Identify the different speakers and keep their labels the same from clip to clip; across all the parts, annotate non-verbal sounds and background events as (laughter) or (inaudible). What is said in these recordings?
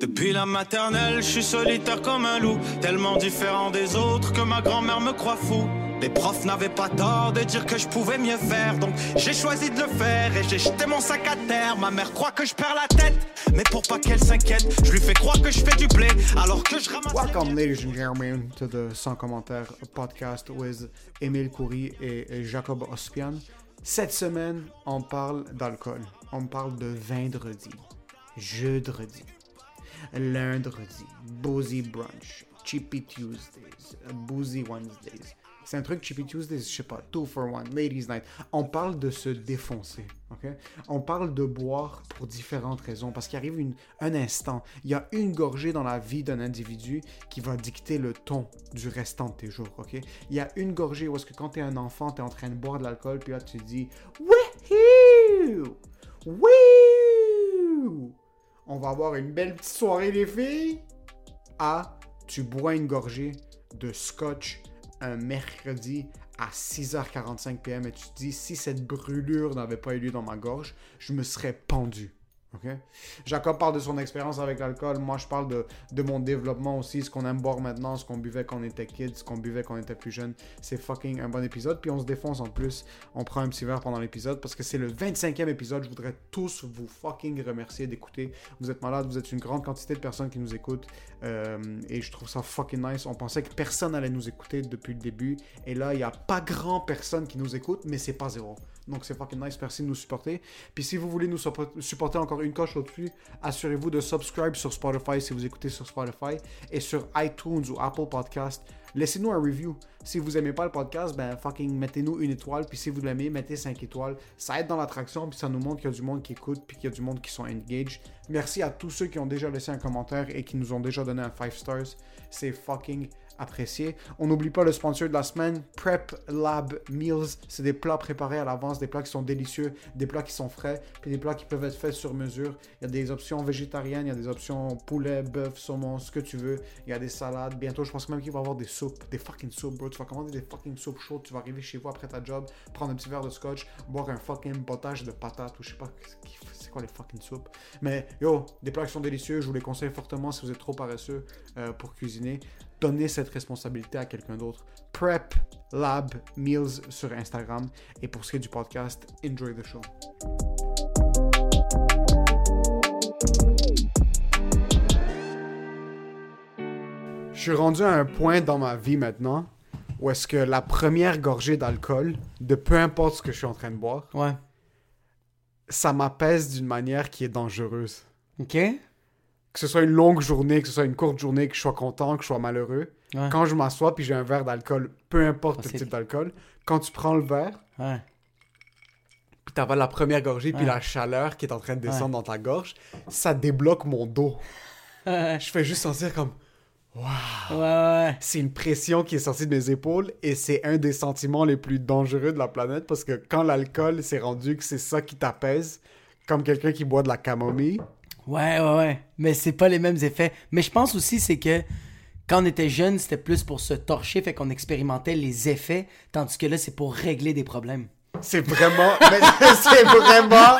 Speaker 1: Depuis la maternelle, je suis solitaire comme un loup, tellement différent des autres que ma grand-mère me croit fou. Les profs n'avaient pas tort de dire que je pouvais mieux faire, donc j'ai choisi de le faire et j'ai jeté mon sac à terre. Ma mère croit que je perds la tête, mais pour pas qu'elle s'inquiète, je lui fais croire que je fais du blé alors que je ramasse. les
Speaker 2: Welcome, ladies and gentlemen, to the Sans Commentaire podcast with Émile Coury et Jacob Ospian. Cette semaine, on parle d'alcool. On parle de vendredi, jeudi, lundi, boozy brunch, cheapy Tuesdays, boozy Wednesdays. C'est un truc cheapy Tuesdays, je sais pas, two for one, ladies night. On parle de se défoncer, ok? On parle de boire pour différentes raisons parce qu'il arrive une- un instant, il y a une gorgée dans la vie d'un individu qui va dicter le ton du restant de tes jours, ok? Il y a une gorgée où est-ce que quand t'es un enfant, t'es en train de boire de l'alcool, puis là tu dis Wouhou! Wouhou! On va avoir une belle petite soirée, les filles! A, Ah, tu bois une gorgée de scotch un mercredi à 6h45 p.m. et tu te dis si cette brûlure n'avait pas eu lieu dans ma gorge, je me serais pendu. Ok? Jacob parle de son expérience avec l'alcool. Moi, je parle de, de mon développement aussi, ce qu'on aime boire maintenant, ce qu'on buvait quand on était kid, ce qu'on buvait quand on était plus jeune. C'est fucking un bon épisode. Puis on se défonce en plus. On prend un petit verre pendant l'épisode parce que c'est le 25e épisode. Je voudrais tous vous fucking remercier d'écouter. Vous êtes malades, vous êtes une grande quantité de personnes qui nous écoutent. Euh, et je trouve ça fucking nice. On pensait que personne allait nous écouter depuis le début. Et là, il n'y a pas grand personne qui nous écoute, mais c'est pas zéro. Donc c'est fucking nice, merci de nous supporter. Puis si vous voulez nous suppo- supporter encore une coche au-dessus, assurez-vous de subscribe sur Spotify si vous écoutez sur Spotify et sur iTunes ou Apple Podcast. Laissez-nous un review. Si vous aimez pas le podcast, ben fucking mettez-nous une étoile. Puis si vous l'aimez, mettez 5 étoiles. Ça aide dans l'attraction, puis ça nous montre qu'il y a du monde qui écoute, puis qu'il y a du monde qui sont engaged. Merci à tous ceux qui ont déjà laissé un commentaire et qui nous ont déjà donné un 5 stars. C'est fucking apprécié. On n'oublie pas le sponsor de la semaine, Prep Lab Meals. C'est des plats préparés à l'avance, des plats qui sont délicieux, des plats qui sont frais, puis des plats qui peuvent être faits sur mesure. Il y a des options végétariennes, il y a des options poulet, bœuf, saumon, ce que tu veux. Il y a des salades. Bientôt, je pense même qu'il va y avoir des soupes, des fucking soupes, bro. Tu vas commander des fucking soupes chaudes, tu vas arriver chez vous après ta job, prendre un petit verre de scotch, boire un fucking potage de patates ou je sais pas c'est quoi les fucking soupes. Mais yo, des plats qui sont délicieux, je vous les conseille fortement si vous êtes trop paresseux euh, pour cuisiner. Donnez cette responsabilité à quelqu'un d'autre. Prep Lab Meals sur Instagram. Et pour ce qui est du podcast, enjoy the show. Je suis rendu à un point dans ma vie maintenant où est-ce que la première gorgée d'alcool, de peu importe ce que je suis en train de boire,
Speaker 3: Ouais.
Speaker 2: ça m'apaise d'une manière qui est dangereuse.
Speaker 3: OK? Ouais.
Speaker 2: Que ce soit une longue journée, que ce soit une courte journée, que je sois content, que je sois malheureux. Quand je m'assois puis j'ai un verre d'alcool, peu importe
Speaker 3: Ah,
Speaker 2: le
Speaker 3: c'est-
Speaker 2: type d'alcool, quand tu prends le verre,
Speaker 3: Ouais.
Speaker 2: puis t'avales la première gorgée, puis
Speaker 3: Ouais.
Speaker 2: la chaleur qui est en train de descendre dans ta gorge, ça débloque mon
Speaker 3: (laughs)
Speaker 2: dos.
Speaker 3: Ouais,
Speaker 2: Je fais juste sentir comme
Speaker 3: ouais, ouais.
Speaker 2: c'est une pression qui est sortie de mes épaules et c'est un des sentiments les plus dangereux de la planète parce que quand l'alcool s'est rendu que c'est ça qui t'apaise, comme quelqu'un qui boit de la camomille,
Speaker 3: Ouais, ouais, ouais. Mais c'est pas les mêmes effets. Mais je pense aussi, c'est que quand on était jeune, c'était plus pour se torcher, fait qu'on expérimentait les effets, tandis que là, c'est pour régler des problèmes.
Speaker 2: C'est vraiment. mais (laughs) c'est vraiment.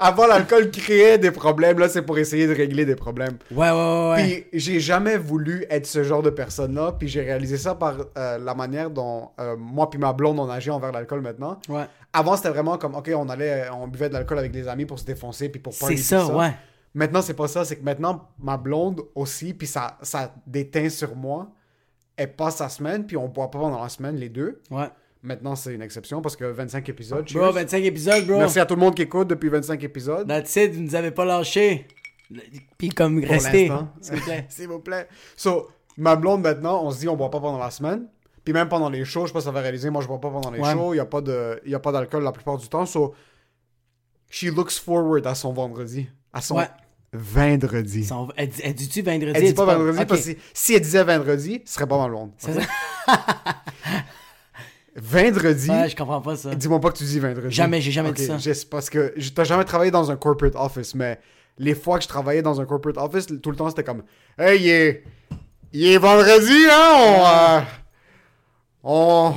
Speaker 2: Avant, l'alcool créait des problèmes. Là, c'est pour essayer de régler des problèmes.
Speaker 3: Ouais, ouais, ouais. ouais.
Speaker 2: Puis j'ai jamais voulu être ce genre de personne-là. Puis j'ai réalisé ça par euh, la manière dont euh, moi puis ma blonde on agit envers l'alcool maintenant.
Speaker 3: Ouais.
Speaker 2: Avant, c'était vraiment comme, OK, on allait, on buvait de l'alcool avec des amis pour se défoncer puis pour parler,
Speaker 3: C'est
Speaker 2: puis
Speaker 3: ça, ouais.
Speaker 2: Maintenant, c'est pas ça. C'est que maintenant, ma blonde aussi, puis ça, ça déteint sur moi. Elle passe sa semaine, puis on boit pas pendant la semaine, les deux.
Speaker 3: Ouais.
Speaker 2: Maintenant, c'est une exception parce que 25 épisodes. cheers.
Speaker 3: Bro, 25 épisodes, bro.
Speaker 2: Merci à tout le monde qui écoute depuis 25 épisodes.
Speaker 3: That's it, vous nous avez pas lâché. Puis comme
Speaker 2: Pour
Speaker 3: restez,
Speaker 2: l'instant.
Speaker 3: s'il vous plaît.
Speaker 2: S'il vous plaît. So, ma blonde, maintenant, on se dit on boit pas pendant la semaine. Puis même pendant les shows, je pense que ça va réaliser, moi, je bois pas pendant les
Speaker 3: Ouais.
Speaker 2: shows. Il n'y a pas de- il y a pas d'alcool la plupart du temps. So, she looks forward à son vendredi. À son
Speaker 3: Ouais.
Speaker 2: vendredi.
Speaker 3: Son- Elle, dit- elle dit-tu vendredi?
Speaker 2: Elle dit pas vendredi
Speaker 3: ok.
Speaker 2: parce que si, si elle disait vendredi, ce serait pas ma blonde.
Speaker 3: C'est ça.
Speaker 2: (laughs) Vendredi.
Speaker 3: Ouais, je comprends pas ça.
Speaker 2: Euh, Dis-moi pas que tu dis vendredi.
Speaker 3: Jamais, j'ai jamais dit
Speaker 2: Ok,
Speaker 3: ça.
Speaker 2: j'ai- Parce que je- t'as jamais travaillé dans un corporate office, mais les fois que je travaillais dans un corporate office, tout le temps c'était comme Hey, il est, il est vendredi, hein? On. euh, on...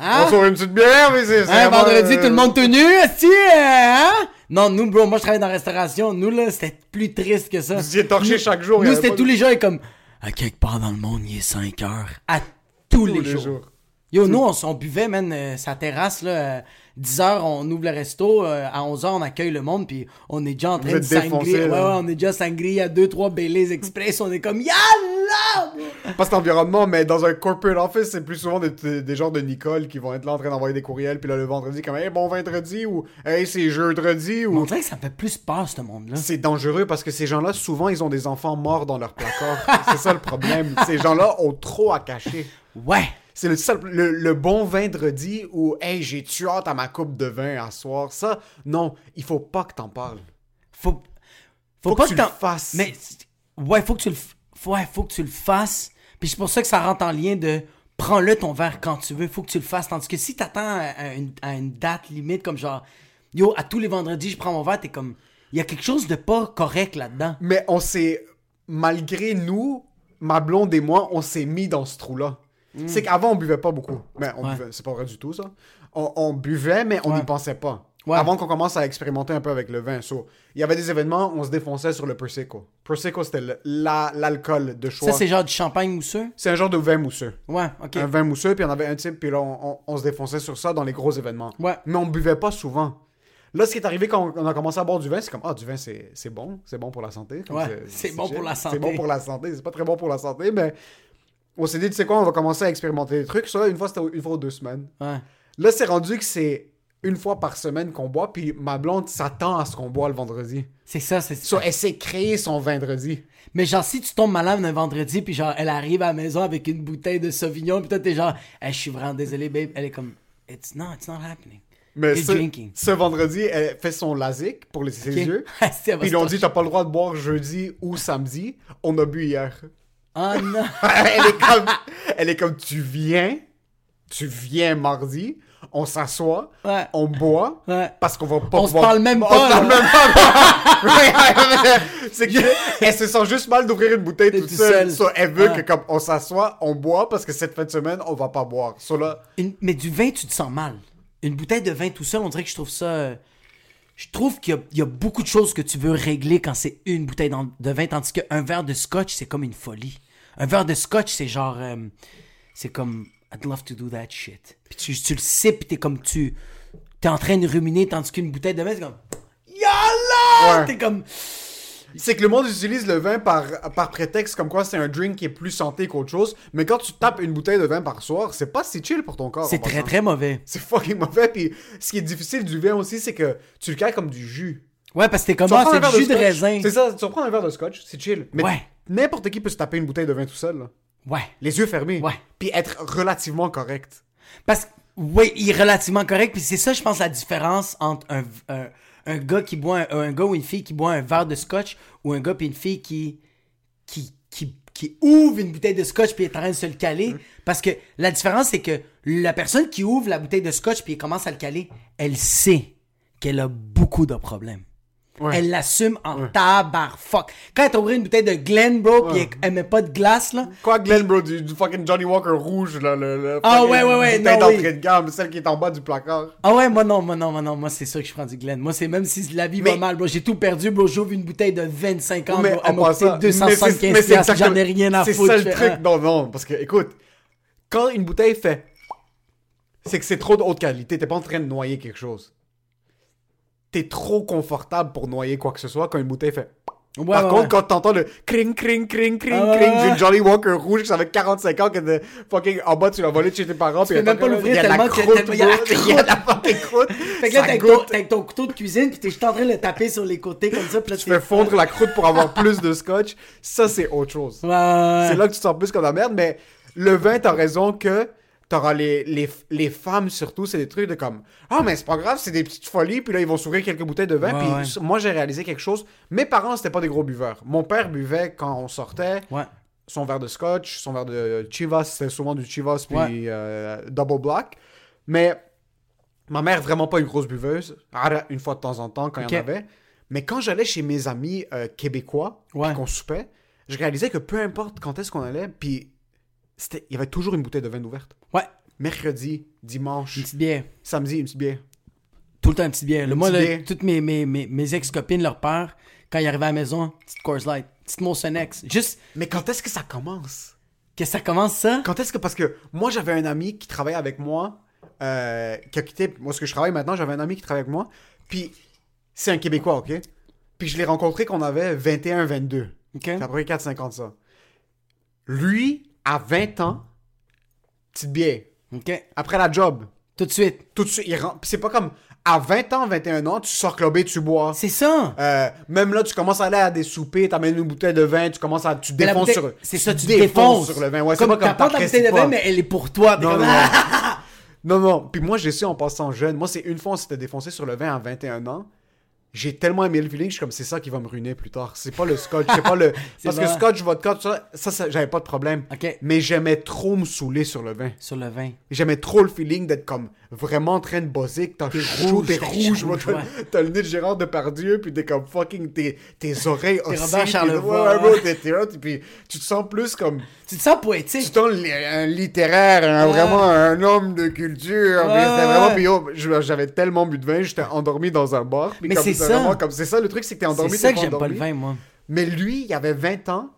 Speaker 3: Hein?
Speaker 2: on sort une petite bière, mais c'est. c'est
Speaker 3: Hein,
Speaker 2: vraiment,
Speaker 3: vendredi,
Speaker 2: euh,
Speaker 3: tout le monde tenu, esti, euh, hein? Non, nous, bro, moi, je travaille dans la restauration. Nous, là, c'était plus triste que ça.
Speaker 2: Vous étiez torchés
Speaker 3: Nous-
Speaker 2: chaque jour, il y
Speaker 3: Nous,
Speaker 2: avait
Speaker 3: c'était
Speaker 2: pas
Speaker 3: tous
Speaker 2: de-
Speaker 3: les jours, et comme, à quelque part dans le monde, il est 5 heures. À
Speaker 2: Tous
Speaker 3: tous, les, jours. Yo, nous, on, s- on buvait, man, euh, sa terrasse, là. 10h, on ouvre le resto. euh, à 11h, on accueille le monde, puis on est déjà en train
Speaker 2: êtes
Speaker 3: de sangrier.
Speaker 2: défoncés,
Speaker 3: Ouais, ouais,
Speaker 2: là.
Speaker 3: on est déjà sangrier à 2-3 Belize Express. On est comme, yallah!
Speaker 2: Pas cet environnement, mais dans un corporate office, c'est plus souvent des, des- des genres de Nicole qui vont être là en train d'envoyer des courriels, puis là le vendredi, comme Hey, bon vendredi, ou Hey, c'est jeudi,
Speaker 3: On
Speaker 2: ou.
Speaker 3: dirait que ça me fait plus peur, ce monde-là.
Speaker 2: C'est dangereux parce que ces gens-là, souvent, ils ont des enfants morts dans leur placard. (laughs) c'est ça le problème. Ces gens-là ont trop à cacher.
Speaker 3: Ouais!
Speaker 2: C'est le, seul- le, le bon vendredi où, hey, j'ai tu hâte à ma coupe de vin à soir. Ça, non, il faut pas que t'en parles.
Speaker 3: faut faut,
Speaker 2: Faut
Speaker 3: pas
Speaker 2: que
Speaker 3: que,
Speaker 2: tu
Speaker 3: t'en-
Speaker 2: le fasses.
Speaker 3: mais ouais faut que tu le f- ouais faut que tu le fasses puis c'est pour ça que ça rentre en lien de prends-le ton verre quand tu veux faut que tu le fasses tandis que si t'attends à, à une, à une date limite comme genre yo à tous les vendredis je prends mon verre t'es comme il y a quelque chose de pas correct là-dedans
Speaker 2: Mais on s'est, malgré nous, ma blonde et moi, on s'est mis dans ce trou-là. C'est qu'avant, on buvait pas beaucoup. Mais on
Speaker 3: Ouais.
Speaker 2: buvait- c'est pas vrai du tout, ça. On, on buvait, mais on n'y
Speaker 3: Ouais.
Speaker 2: pensait pas.
Speaker 3: Ouais.
Speaker 2: Avant qu'on commence à expérimenter un peu avec le vin. So, il y avait des événements, on se défonçait sur le Prosecco. Prosecco, c'était le- la- l'alcool de choix.
Speaker 3: ça c'est genre du champagne mousseux
Speaker 2: C'est un genre de vin mousseux.
Speaker 3: ouais ok
Speaker 2: Un vin mousseux, puis on avait un type, puis là, on, on- on se défonçait sur ça dans les gros événements.
Speaker 3: Ouais.
Speaker 2: Mais on buvait pas souvent. Là, ce qui est arrivé quand on a commencé à boire du vin, c'est comme Ah, du vin, c'est c'est bon, c'est bon pour la santé. Comme
Speaker 3: Ouais, c'est bon
Speaker 2: chill.
Speaker 3: pour la santé.
Speaker 2: C'est bon pour la santé, c'est pas très bon pour la santé, mais on s'est dit, tu sais quoi, on va commencer à expérimenter des trucs. Ça, une fois, c'était une fois ou deux semaines.
Speaker 3: ouais
Speaker 2: Là, c'est rendu que c'est une fois par semaine qu'on boit, puis ma blonde s'attend à ce qu'on boit le vendredi.
Speaker 3: c'est ça c'est
Speaker 2: So, elle s'est créée son vendredi.
Speaker 3: mais genre si tu tombes malade un vendredi puis genre elle arrive à la maison avec une bouteille de sauvignon puis toi t'es genre Hey, je suis vraiment désolé babe elle est comme it's not it's not happening
Speaker 2: Mais
Speaker 3: You're
Speaker 2: ce,
Speaker 3: drinking.
Speaker 2: ce vendredi, elle fait son LASIK pour les, ses
Speaker 3: Ok. (laughs)
Speaker 2: yeux.
Speaker 3: Ah, c'est- elle va
Speaker 2: Puis ils
Speaker 3: se
Speaker 2: ont dit,
Speaker 3: torcher.
Speaker 2: t'as pas le droit de boire jeudi ou samedi. On a bu hier. (laughs)
Speaker 3: Ah non!
Speaker 2: elle, est comme, elle est comme, tu viens, tu viens mardi, on s'assoit,
Speaker 3: Ouais.
Speaker 2: on boit,
Speaker 3: Ouais.
Speaker 2: parce qu'on va pas
Speaker 3: On se
Speaker 2: pouvoir-
Speaker 3: parle même
Speaker 2: on
Speaker 3: pas,
Speaker 2: se parle
Speaker 3: là.
Speaker 2: même (laughs) pas. C'est que
Speaker 3: (laughs)
Speaker 2: elle se sent juste mal d'ouvrir une bouteille
Speaker 3: Et
Speaker 2: toute
Speaker 3: tout
Speaker 2: seule.
Speaker 3: seul.
Speaker 2: So, elle veut
Speaker 3: Ouais.
Speaker 2: que comme on s'assoit, on boit, parce que cette fin de semaine, on va pas boire. So, là,
Speaker 3: Une- mais du vin, tu te sens mal. Une bouteille de vin tout seul, on dirait que je trouve ça. euh, Je trouve qu'il y a- il y, a beaucoup de choses que tu veux régler quand c'est une bouteille dans- de vin, tandis qu'un verre de scotch, c'est comme une folie. Un verre de scotch, c'est genre. euh, c'est comme. I'd love to do that shit. Puis tu, tu le sais, puis t'es comme tu. T'es en train de ruminer, tandis qu'une bouteille de vin, c'est comme. Yalla!
Speaker 2: Ouais.
Speaker 3: T'es comme.
Speaker 2: C'est que le monde utilise le vin par, par prétexte comme quoi c'est un drink qui est plus santé qu'autre chose, mais quand tu tapes une bouteille de vin par soir, c'est pas si chill pour ton corps. en
Speaker 3: C'est très
Speaker 2: passant.
Speaker 3: très mauvais.
Speaker 2: C'est fucking mauvais, puis ce qui est difficile du vin aussi, c'est que tu le cales comme du jus.
Speaker 3: Ouais, parce que t'es comme.
Speaker 2: Tu vas
Speaker 3: Ah,
Speaker 2: prendre un
Speaker 3: c'est du jus de
Speaker 2: verre scotch,
Speaker 3: raisin.
Speaker 2: C'est ça, tu reprends un verre de scotch, c'est chill. Mais
Speaker 3: Ouais.
Speaker 2: n'importe qui peut se taper une bouteille de vin tout seul, là.
Speaker 3: Ouais.
Speaker 2: les yeux fermés,
Speaker 3: Ouais.
Speaker 2: puis être relativement correct.
Speaker 3: Parce que, oui, il est relativement correct. Puis c'est ça, je pense, la différence entre un, un, un gars qui boit un, un gars ou une fille qui boit un verre de scotch ou un gars puis une fille qui, qui, qui, qui ouvre une bouteille de scotch puis est en train de se le caler. Parce que la différence, c'est que la personne qui ouvre la bouteille de scotch puis elle commence à le caler, elle sait qu'elle a beaucoup de problèmes. Ouais. Elle l'assume en tabarfuck. Quand elle t'a ouvert une bouteille de Glen, bro, pis elle- elle met pas de glace, là.
Speaker 2: Quoi, Glenn, bro, du, du fucking Johnny Walker rouge, là, le. le
Speaker 3: Ah,
Speaker 2: fucking
Speaker 3: ouais, ouais, ouais,
Speaker 2: bouteille
Speaker 3: non, oui.
Speaker 2: d'entrée de gamme, celle qui est en bas du placard.
Speaker 3: Ah ouais, moi non, moi non, moi non, moi c'est sûr que je prends du Glen. Moi c'est même si la vie va
Speaker 2: Mais-
Speaker 3: mal, bro, j'ai tout perdu, bro, j'ouvre une bouteille de 25 ans,
Speaker 2: Mais
Speaker 3: bro, elle
Speaker 2: en
Speaker 3: m'a coûté
Speaker 2: passant, mais c'est-
Speaker 3: 275
Speaker 2: mais c'est
Speaker 3: piastres, j'en
Speaker 2: exactement-
Speaker 3: ai rien à foutre.
Speaker 2: C'est
Speaker 3: je
Speaker 2: ça le
Speaker 3: fais,
Speaker 2: truc. Non, non, parce que, écoute, quand une bouteille fait. C'est que c'est trop de haute qualité. T'es pas en train de noyer quelque chose. T'es trop confortable pour noyer quoi que ce soit quand une bouteille fait.
Speaker 3: Ouais,
Speaker 2: Par
Speaker 3: ouais,
Speaker 2: contre,
Speaker 3: ouais.
Speaker 2: quand t'entends le cring, cring, cring, cring,
Speaker 3: Ah ouais,
Speaker 2: cring
Speaker 3: ouais, ouais.
Speaker 2: d'une Johnny Walker rouge qui avait 45 ans, qui était fucking en bas, tu l'as volé de chez tes parents, puis elle
Speaker 3: peux
Speaker 2: est
Speaker 3: même pas
Speaker 2: encore-
Speaker 3: l'ouvrir
Speaker 2: il y a de la
Speaker 3: tellement que-
Speaker 2: croûte,
Speaker 3: tellement il y a la
Speaker 2: bro. Il y a de (laughs) la fucking croûte.
Speaker 3: Fait que là,
Speaker 2: Ça
Speaker 3: t'as avec, ton,
Speaker 2: goûte.
Speaker 3: t'as avec ton couteau de cuisine, pis t'es juste en train de le taper sur les côtés comme ça, pis là,
Speaker 2: Tu fais fondre la croûte pour avoir plus de scotch. Ça, c'est autre chose.
Speaker 3: Ouais, ouais, ouais.
Speaker 2: C'est là que tu te sens plus comme la merde, mais le vin, t'as raison que t'auras les, les, les femmes surtout, c'est des trucs de comme Ah, mais c'est pas grave, c'est des petites folies, puis là, ils vont s'ouvrir quelques bouteilles de vin.
Speaker 3: Ouais,
Speaker 2: puis
Speaker 3: ouais.
Speaker 2: s- moi, j'ai réalisé quelque chose. Mes parents, c'était pas des gros buveurs. Mon père buvait quand on sortait.
Speaker 3: Ouais.
Speaker 2: Son verre de scotch, son verre de Chivas, c'était souvent du Chivas, puis
Speaker 3: Ouais.
Speaker 2: euh, Double Black. Mais ma mère, vraiment pas une grosse buveuse. Ara, Une fois de temps en temps, quand il y en
Speaker 3: Ok.
Speaker 2: avait. Mais quand j'allais chez mes amis euh, québécois, puis
Speaker 3: Ouais.
Speaker 2: qu'on soupait, je réalisais que peu importe quand est-ce qu'on allait, puis c'était, il y avait toujours une bouteille de vin ouverte.
Speaker 3: Ouais,
Speaker 2: Mercredi, dimanche,
Speaker 3: une petite bière.
Speaker 2: samedi, une petite bière.
Speaker 3: Tout le temps une petite bière. là. Moi,
Speaker 2: petite
Speaker 3: là,
Speaker 2: bière.
Speaker 3: toutes mes, mes, mes, mes ex-copines, leur père, quand ils arrivaient à la maison, petite Coors Light, petite Molson X. Juste
Speaker 2: Mais quand est-ce que ça commence
Speaker 3: que ça commence ça.
Speaker 2: Quand est-ce que parce que moi j'avais un ami qui travaillait avec moi, euh, qui a quitté moi ce que je travaille maintenant, j'avais un ami qui travaille avec moi, puis c'est un Québécois, ok. Puis je l'ai rencontré qu'on avait 21-22.
Speaker 3: Ok.
Speaker 2: C'est à peu près 4-5 ans de ça. Lui, à 20 ans, petite bière.
Speaker 3: Ok.
Speaker 2: Après la job,
Speaker 3: Tout de suite.
Speaker 2: tout de suite, il rentre. Puis C'est pas comme à 20 ans, 21 ans, tu sors clubé, tu bois.
Speaker 3: C'est ça.
Speaker 2: Euh, même là, tu commences à aller à des soupers, t'amènes une bouteille de vin, tu commences à. Tu
Speaker 3: Mais la
Speaker 2: défonces
Speaker 3: bouteille-
Speaker 2: sur.
Speaker 3: C'est ça, tu te défonces.
Speaker 2: sur le vin. Ouais, c'est
Speaker 3: comme
Speaker 2: pas comme
Speaker 3: t'apportes la bouteille de
Speaker 2: t'apprécies
Speaker 3: vin,
Speaker 2: pas.
Speaker 3: mais elle est pour toi. t'es
Speaker 2: Non,
Speaker 3: comme,
Speaker 2: non,
Speaker 3: ah!
Speaker 2: (laughs) non, non. Puis moi, j'ai su en passant jeune. Moi, c'est une fois, on s'était défoncé sur le vin à 21 ans. J'ai tellement aimé le feeling, je suis comme, c'est ça qui va me ruiner plus tard. C'est pas le scotch, c'est pas le. Parce que
Speaker 3: vrai.
Speaker 2: scotch, vodka, tout ça, ça, ça, j'avais pas de problème.
Speaker 3: Ok.
Speaker 2: Mais j'aimais trop me saouler sur le vin.
Speaker 3: (laughs) Sur le vin.
Speaker 2: J'aimais trop le feeling d'être comme vraiment en train de bosser, que t'as chaud,
Speaker 3: rouge,
Speaker 2: t'es
Speaker 3: t'es
Speaker 2: rouge,
Speaker 3: rouge,
Speaker 2: bro, t'as-
Speaker 3: ouais.
Speaker 2: t'as le nez de Gérard Depardieu, puis t'es comme fucking, tes, tes oreilles aussi.
Speaker 3: Robert
Speaker 2: puis-
Speaker 3: Charlevoix.
Speaker 2: ouais, ouais, bro, t'es- t'es là, t'es- puis tu te sens plus comme,
Speaker 3: Tu te sens
Speaker 2: tu
Speaker 3: poétique.
Speaker 2: te sens li- un littéraire, un- vraiment un homme de culture. mais c'était
Speaker 3: ouais.
Speaker 2: vraiment, puis yo, je- j'avais tellement bu de vin, j'étais endormi dans un bar. puis
Speaker 3: Mais
Speaker 2: comme
Speaker 3: c'est
Speaker 2: c'était
Speaker 3: ça.
Speaker 2: vraiment comme- C'est ça le truc, c'est que t'es endormi,
Speaker 3: C'est ça
Speaker 2: t'es
Speaker 3: que
Speaker 2: pas
Speaker 3: j'aime pas
Speaker 2: endormi.
Speaker 3: le vin, moi.
Speaker 2: Mais lui, il avait 20 ans,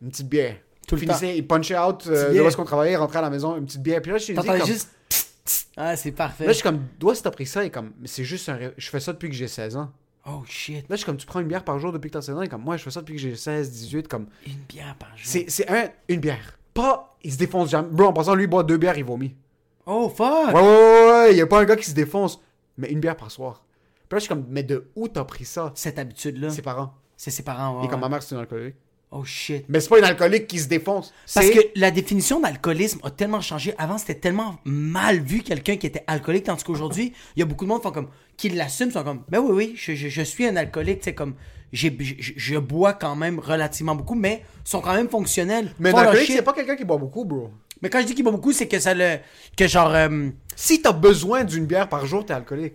Speaker 2: une petite bière.
Speaker 3: Tout le
Speaker 2: Finissait, il punchait out euh, de
Speaker 3: bière.
Speaker 2: où est-ce qu'on travaillait, il rentrait à la maison, une petite bière. Puis là, je me dis
Speaker 3: T'entends
Speaker 2: comme-
Speaker 3: juste. (laughs) Ah, c'est parfait.
Speaker 2: Là, je suis comme, d'où t'as pris ça? Et comme, mais c'est juste un ré- Je fais ça depuis que j'ai 16 ans.
Speaker 3: Oh shit.
Speaker 2: Là, je suis comme, tu prends une bière par jour depuis que t'as 16 ans. Et comme, moi, je fais ça depuis que j'ai 16, 18. Comme,
Speaker 3: Une bière par jour.
Speaker 2: c'est c'est un, une bière. Pas, il se défonce jamais. Bro, en passant, lui, il boit deux bières, il vomit.
Speaker 3: Oh
Speaker 2: Ouais,
Speaker 3: fuck.
Speaker 2: ouais, ouais, ouais, il y a pas un gars qui se défonce. Mais une bière par soir. Puis là, je suis comme, mais de où t'as pris ça?
Speaker 3: Cette habitude-là.
Speaker 2: Ses parents.
Speaker 3: C'est ses parents.
Speaker 2: Et
Speaker 3: ouais,
Speaker 2: comme, ma
Speaker 3: ouais.
Speaker 2: mère, c'est une alcoolique.
Speaker 3: Oh shit.
Speaker 2: Mais c'est pas une alcoolique qui se défonce.
Speaker 3: Parce
Speaker 2: C'est-
Speaker 3: que la définition d'alcoolisme a tellement changé. Avant, c'était tellement mal vu quelqu'un qui était alcoolique, tandis qu'aujourd'hui, il y a beaucoup de monde qui font comme, qui l'assument, sont comme, ben oui, oui, je, je- je suis un alcoolique, tu sais, comme, j'ai, bu- je, je bois quand même relativement beaucoup, mais sont quand même fonctionnels.
Speaker 2: Mais
Speaker 3: font
Speaker 2: une
Speaker 3: leur
Speaker 2: alcoolique,
Speaker 3: shit.
Speaker 2: c'est pas quelqu'un qui boit beaucoup, bro.
Speaker 3: Mais quand je dis qu'il boit beaucoup, c'est que ça le, que genre, euh,
Speaker 2: Si t'as besoin d'une bière par jour, t'es alcoolique.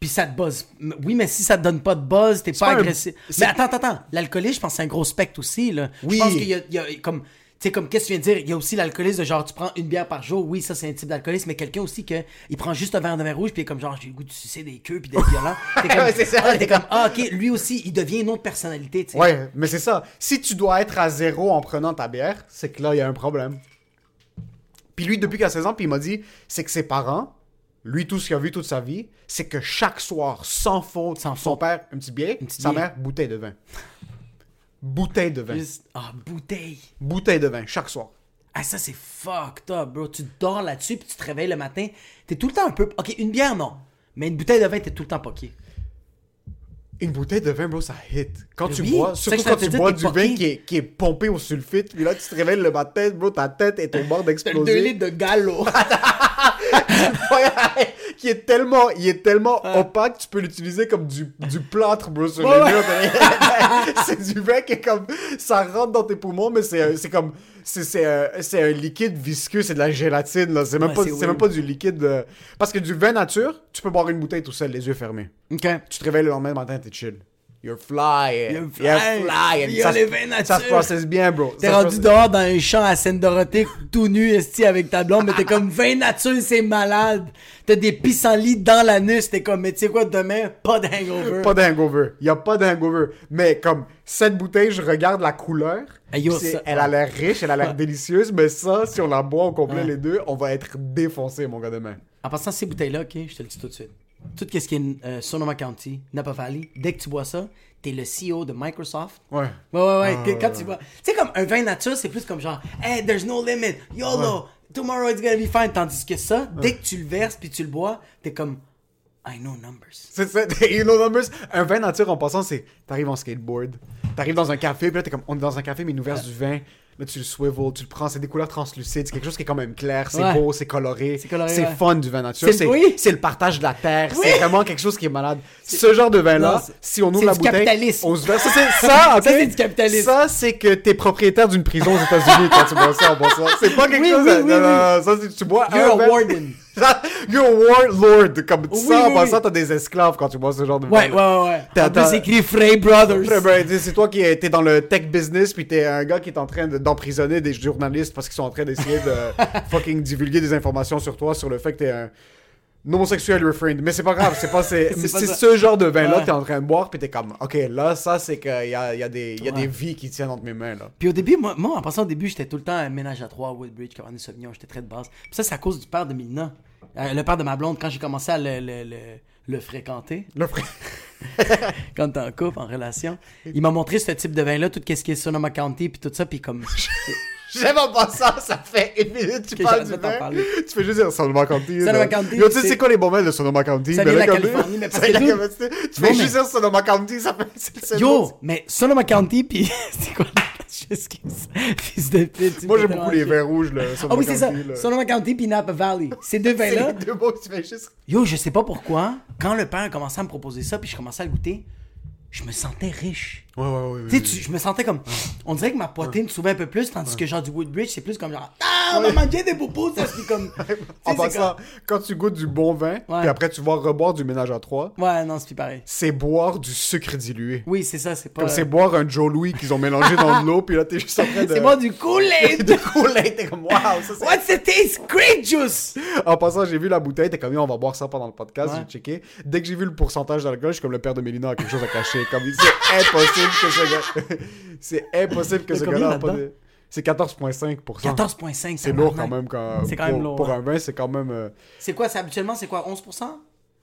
Speaker 3: puis ça te buzz. M- Oui, mais si ça te donne pas de buzz, t'es pas
Speaker 2: pas un-
Speaker 3: agressif.
Speaker 2: c'est-
Speaker 3: Mais attends, attends, attends. L'alcoolisme, je pense que c'est un gros spectre aussi, là.
Speaker 2: Oui.
Speaker 3: Je pense qu'il y a, il y a comme, tu sais, comme qu'est-ce que tu viens de dire? Il y a aussi l'alcoolisme de genre, tu prends une bière par jour. Oui, ça, c'est un type d'alcoolisme. Mais quelqu'un aussi que, il prend juste un verre de vin rouge, puis il est comme genre, j'ai le goût de sucer des queues,
Speaker 2: (laughs)
Speaker 3: puis d'être violent. T'es comme,
Speaker 2: Ouais, c'est ça.
Speaker 3: ah, t'es comme, ah, ok, lui aussi, il devient une autre personnalité, tu sais.
Speaker 2: Ouais, mais c'est ça. Si tu dois être à zéro en prenant ta bière, c'est que là, il y a un problème. Puis lui, depuis qu'il a 16 ans, puis il m'a dit, c'est que ses parents, lui, tout ce qu'il a vu toute sa vie, c'est que chaque soir, sans faute,
Speaker 3: Sans
Speaker 2: son
Speaker 3: faute.
Speaker 2: père, une petite bière,
Speaker 3: Une petite
Speaker 2: sa
Speaker 3: bière.
Speaker 2: mère, bouteille de vin. bouteille de vin.
Speaker 3: Juste, ah, bouteille.
Speaker 2: Bouteille de vin, chaque soir.
Speaker 3: Ah, ça, c'est fucked up, bro. Tu dors là-dessus, puis tu te réveilles le matin. T'es tout le temps un peu. Ok, une bière, non. Mais une bouteille de vin, t'es tout le temps poqué.
Speaker 2: Une bouteille de vin, bro, ça hit. Quand tu
Speaker 3: Oui,
Speaker 2: bois,
Speaker 3: c'est ça
Speaker 2: surtout
Speaker 3: que je
Speaker 2: quand
Speaker 3: te
Speaker 2: tu
Speaker 3: dis,
Speaker 2: bois
Speaker 3: t'es
Speaker 2: du
Speaker 3: poqué.
Speaker 2: vin qui est, qui est pompé au sulfite, puis là, tu te réveilles le matin, bro, ta tête est au
Speaker 3: (laughs)
Speaker 2: bord
Speaker 3: Deux
Speaker 2: d'exploser.
Speaker 3: litres de galop.
Speaker 2: (laughs) qui est tellement, il est tellement
Speaker 3: Ah.
Speaker 2: opaque, tu peux l'utiliser comme du, du plâtre, bro, sur les murs. (laughs) c'est du vin qui est comme, ça rentre dans tes poumons, mais c'est, un- c'est comme, c'est, c'est, un- c'est un liquide visqueux, c'est de la gélatine, là. C'est même,
Speaker 3: Ouais,
Speaker 2: pas,
Speaker 3: c'est
Speaker 2: c'est
Speaker 3: weird.
Speaker 2: même pas du liquide. euh, Parce que du vin nature, tu peux boire une bouteille tout seul, les yeux fermés.
Speaker 3: ok.
Speaker 2: Tu te réveilles le lendemain matin, t'es chill. You're flying.
Speaker 3: You're
Speaker 2: flying.
Speaker 3: flying. Yo,
Speaker 2: Ça,
Speaker 3: les
Speaker 2: se-
Speaker 3: veines
Speaker 2: ça se
Speaker 3: naturelles.
Speaker 2: processe bien, bro.
Speaker 3: T'es
Speaker 2: Ça se
Speaker 3: rendu
Speaker 2: processe-
Speaker 3: dehors dans un champ à Seine-Dorothée, tout nu, esti, avec ta blonde, mais t'es comme 20 nature, c'est malade. T'as des pissenlits dans l'anus, t'es comme, mais tu sais quoi, demain, pas d'hangover.
Speaker 2: Pas d'hangover. Il n'y a pas d'hangover. Mais comme cette bouteille, je regarde la couleur.
Speaker 3: Hey, yo,
Speaker 2: C'est-
Speaker 3: ça-
Speaker 2: elle a l'air riche, elle a
Speaker 3: (laughs)
Speaker 2: l'air délicieuse, mais ça, si on la boit au complet les deux, on va être défoncé, mon gars, demain.
Speaker 3: En passant ces bouteilles-là, ok, je te le dis tout de suite. Tout ce qui est euh, Sonoma County, Napa Valley, dès que tu bois ça, t'es le CEO de Microsoft.
Speaker 2: Ouais.
Speaker 3: Ouais, ouais, ouais. que- quand tu bois. Tu sais, comme un vin nature, c'est plus comme genre, hey, there's no limit, YOLO, tomorrow it's gonna be fine. Tandis que ça, dès que tu le verses puis tu le bois, t'es comme, I know numbers.
Speaker 2: C'est ça. (laughs) You know numbers. Un vin nature, en passant, c'est. T'arrives en skateboard, t'arrives dans un café, puis là, t'es comme. On est dans un café, mais ils nous versent du vin. Là, tu le swivel, tu le prends, c'est des couleurs translucides, c'est quelque chose qui est quand même clair, c'est
Speaker 3: Ouais.
Speaker 2: beau, c'est coloré.
Speaker 3: C'est coloré, ouais.
Speaker 2: fun du vin nature.
Speaker 3: C'est-
Speaker 2: C'est
Speaker 3: oui.
Speaker 2: c'est le partage de la terre,
Speaker 3: Oui.
Speaker 2: c'est vraiment quelque chose qui est malade. Ce genre de
Speaker 3: Non,
Speaker 2: vin-là,
Speaker 3: c'est-
Speaker 2: si on ouvre
Speaker 3: c'est
Speaker 2: la
Speaker 3: du
Speaker 2: bouteille.
Speaker 3: capitalisme.
Speaker 2: On se verse. Ça, c'est ça, ok?
Speaker 3: (laughs) Ça, c'est du capitalisme.
Speaker 2: Ça, c'est que t'es propriétaire d'une prison aux États-Unis quand tu bois ça, en passant. C'est pas quelque
Speaker 3: Oui,
Speaker 2: chose.
Speaker 3: oui,
Speaker 2: à-
Speaker 3: oui,
Speaker 2: non, non,
Speaker 3: oui.
Speaker 2: non, ça, c'est- tu bois
Speaker 3: You're
Speaker 2: un
Speaker 3: a
Speaker 2: vin-
Speaker 3: warden.
Speaker 2: (laughs) You're a warlord. Comme
Speaker 3: Oui,
Speaker 2: ça, en
Speaker 3: oui,
Speaker 2: passant,
Speaker 3: oui.
Speaker 2: t'as des esclaves quand tu bois ce genre de
Speaker 3: Ouais, ouais,
Speaker 2: vin.
Speaker 3: ouais, ouais.
Speaker 2: T'as-
Speaker 3: En plus,
Speaker 2: t'as-
Speaker 3: c'est écrit Frey Brothers.
Speaker 2: Après, ben, dis, c'est toi qui es- t'es dans le tech business, puis t'es un gars qui est en train de- d'emprisonner des journalistes parce qu'ils sont en train d'essayer
Speaker 3: (laughs)
Speaker 2: de fucking divulguer des informations sur toi, sur le fait que t'es un homosexuel refrained. Mais c'est pas grave, c'est pas, c'est,
Speaker 3: (laughs) C'est pas
Speaker 2: c'est
Speaker 3: ça.
Speaker 2: ce genre de vin-là
Speaker 3: Ouais.
Speaker 2: que t'es en train de boire, puis t'es comme, ok, là, ça, c'est qu'il y a, y a, des, y a
Speaker 3: Ouais.
Speaker 2: des vies qui tiennent entre mes mains, là.
Speaker 3: Puis au début, moi, moi, en passant au début, j'étais tout le temps à ménage à trois, Woodbridge, Cabernet Sauvignon, j'étais très de base. Puis ça, c'est à cause du père de Milna. Euh, le père de ma blonde, quand j'ai commencé à le, le, le, le fréquenter, (laughs)
Speaker 2: Le frère.
Speaker 3: quand t'es en couple, en relation, il m'a montré ce type de vin-là, tout ce qui est Sonoma County, puis tout ça, puis
Speaker 2: (laughs)
Speaker 3: comme... euh,
Speaker 2: J'aime en passant, ça fait une minute, tu
Speaker 3: Ok,
Speaker 2: parles
Speaker 3: j'arrête
Speaker 2: du
Speaker 3: de t'en
Speaker 2: vin.
Speaker 3: parler.
Speaker 2: Tu fais juste dire Sonoma County.
Speaker 3: Sonoma
Speaker 2: là.
Speaker 3: County,
Speaker 2: Yo, tu sais,
Speaker 3: c'est-
Speaker 2: c'est quoi les bons vins de Sonoma County?
Speaker 3: Ça
Speaker 2: Ben
Speaker 3: vient de la
Speaker 2: comme-
Speaker 3: Californie, mais parce
Speaker 2: C'est
Speaker 3: que
Speaker 2: la
Speaker 3: nous-
Speaker 2: capacité. Tu
Speaker 3: Non,
Speaker 2: fais
Speaker 3: mais-
Speaker 2: juste dire Sonoma County, ça fait. c'est- c'est-
Speaker 3: Yo! Mais Sonoma County, puis... (laughs) c'est quoi? J'excuse. Fils de pute. tu
Speaker 2: Moi,
Speaker 3: me
Speaker 2: j'aime
Speaker 3: fais
Speaker 2: beaucoup les
Speaker 3: ranger.
Speaker 2: vins rouges, là.
Speaker 3: Ah
Speaker 2: Sonoma
Speaker 3: oui, c'est ça.
Speaker 2: County, là.
Speaker 3: Sonoma County puis Napa Valley. Ces deux
Speaker 2: C'est
Speaker 3: vins-là,
Speaker 2: les deux mots que tu fais juste.
Speaker 3: Yo, je sais pas pourquoi, quand le père a commencé à me proposer ça, puis je commençais à le goûter, je me sentais riche.
Speaker 2: Ouais, ouais, ouais.
Speaker 3: Tu sais, tu- je me sentais comme. On dirait que ma poitrine souvait un peu plus, tandis que genre du Woodbridge, c'est plus comme genre. Ah, on va manger des bobos, ça, c'est
Speaker 2: (laughs)
Speaker 3: comme. Tu sais,
Speaker 2: En
Speaker 3: c'est
Speaker 2: passant, quand tu goûtes du bon vin,
Speaker 3: Ouais.
Speaker 2: puis après tu vas reboire du ménage à trois,
Speaker 3: comme- Ouais, non, c'est plus pareil.
Speaker 2: c'est boire du sucre dilué.
Speaker 3: Oui, c'est ça, c'est pas. euh,
Speaker 2: Comme c'est boire un Joe Louis qu'ils ont mélangé dans
Speaker 3: (laughs)
Speaker 2: de l'eau, puis là t'es juste en train de.
Speaker 3: C'est moi du
Speaker 2: (laughs)
Speaker 3: Kool-Aid!
Speaker 2: de couler, t'es comme waouh, ça c'est.
Speaker 3: What's the taste? Grape juice!
Speaker 2: (laughs) En passant, j'ai vu la bouteille, t'es comme, Yo, on va boire ça pendant le podcast,
Speaker 3: Ouais.
Speaker 2: j'ai checké. Dès que j'ai vu le pourcentage d'alcool, je suis comme le père de Mélina a quelque chose à cacher. Comme, c'est impossible que ce gars. (laughs) c'est impossible que
Speaker 3: T'as
Speaker 2: ce
Speaker 3: combien
Speaker 2: gars-là a pas
Speaker 3: là-dedans?
Speaker 2: de. C'est 14,5%.
Speaker 3: 14,5,
Speaker 2: C'est lourd quand même. Quand,
Speaker 3: C'est quand même
Speaker 2: pour,
Speaker 3: lourd, hein.
Speaker 2: Pour
Speaker 3: ouais.
Speaker 2: un vin, c'est quand même. euh,
Speaker 3: C'est quoi, c'est habituellement, c'est quoi, 11%?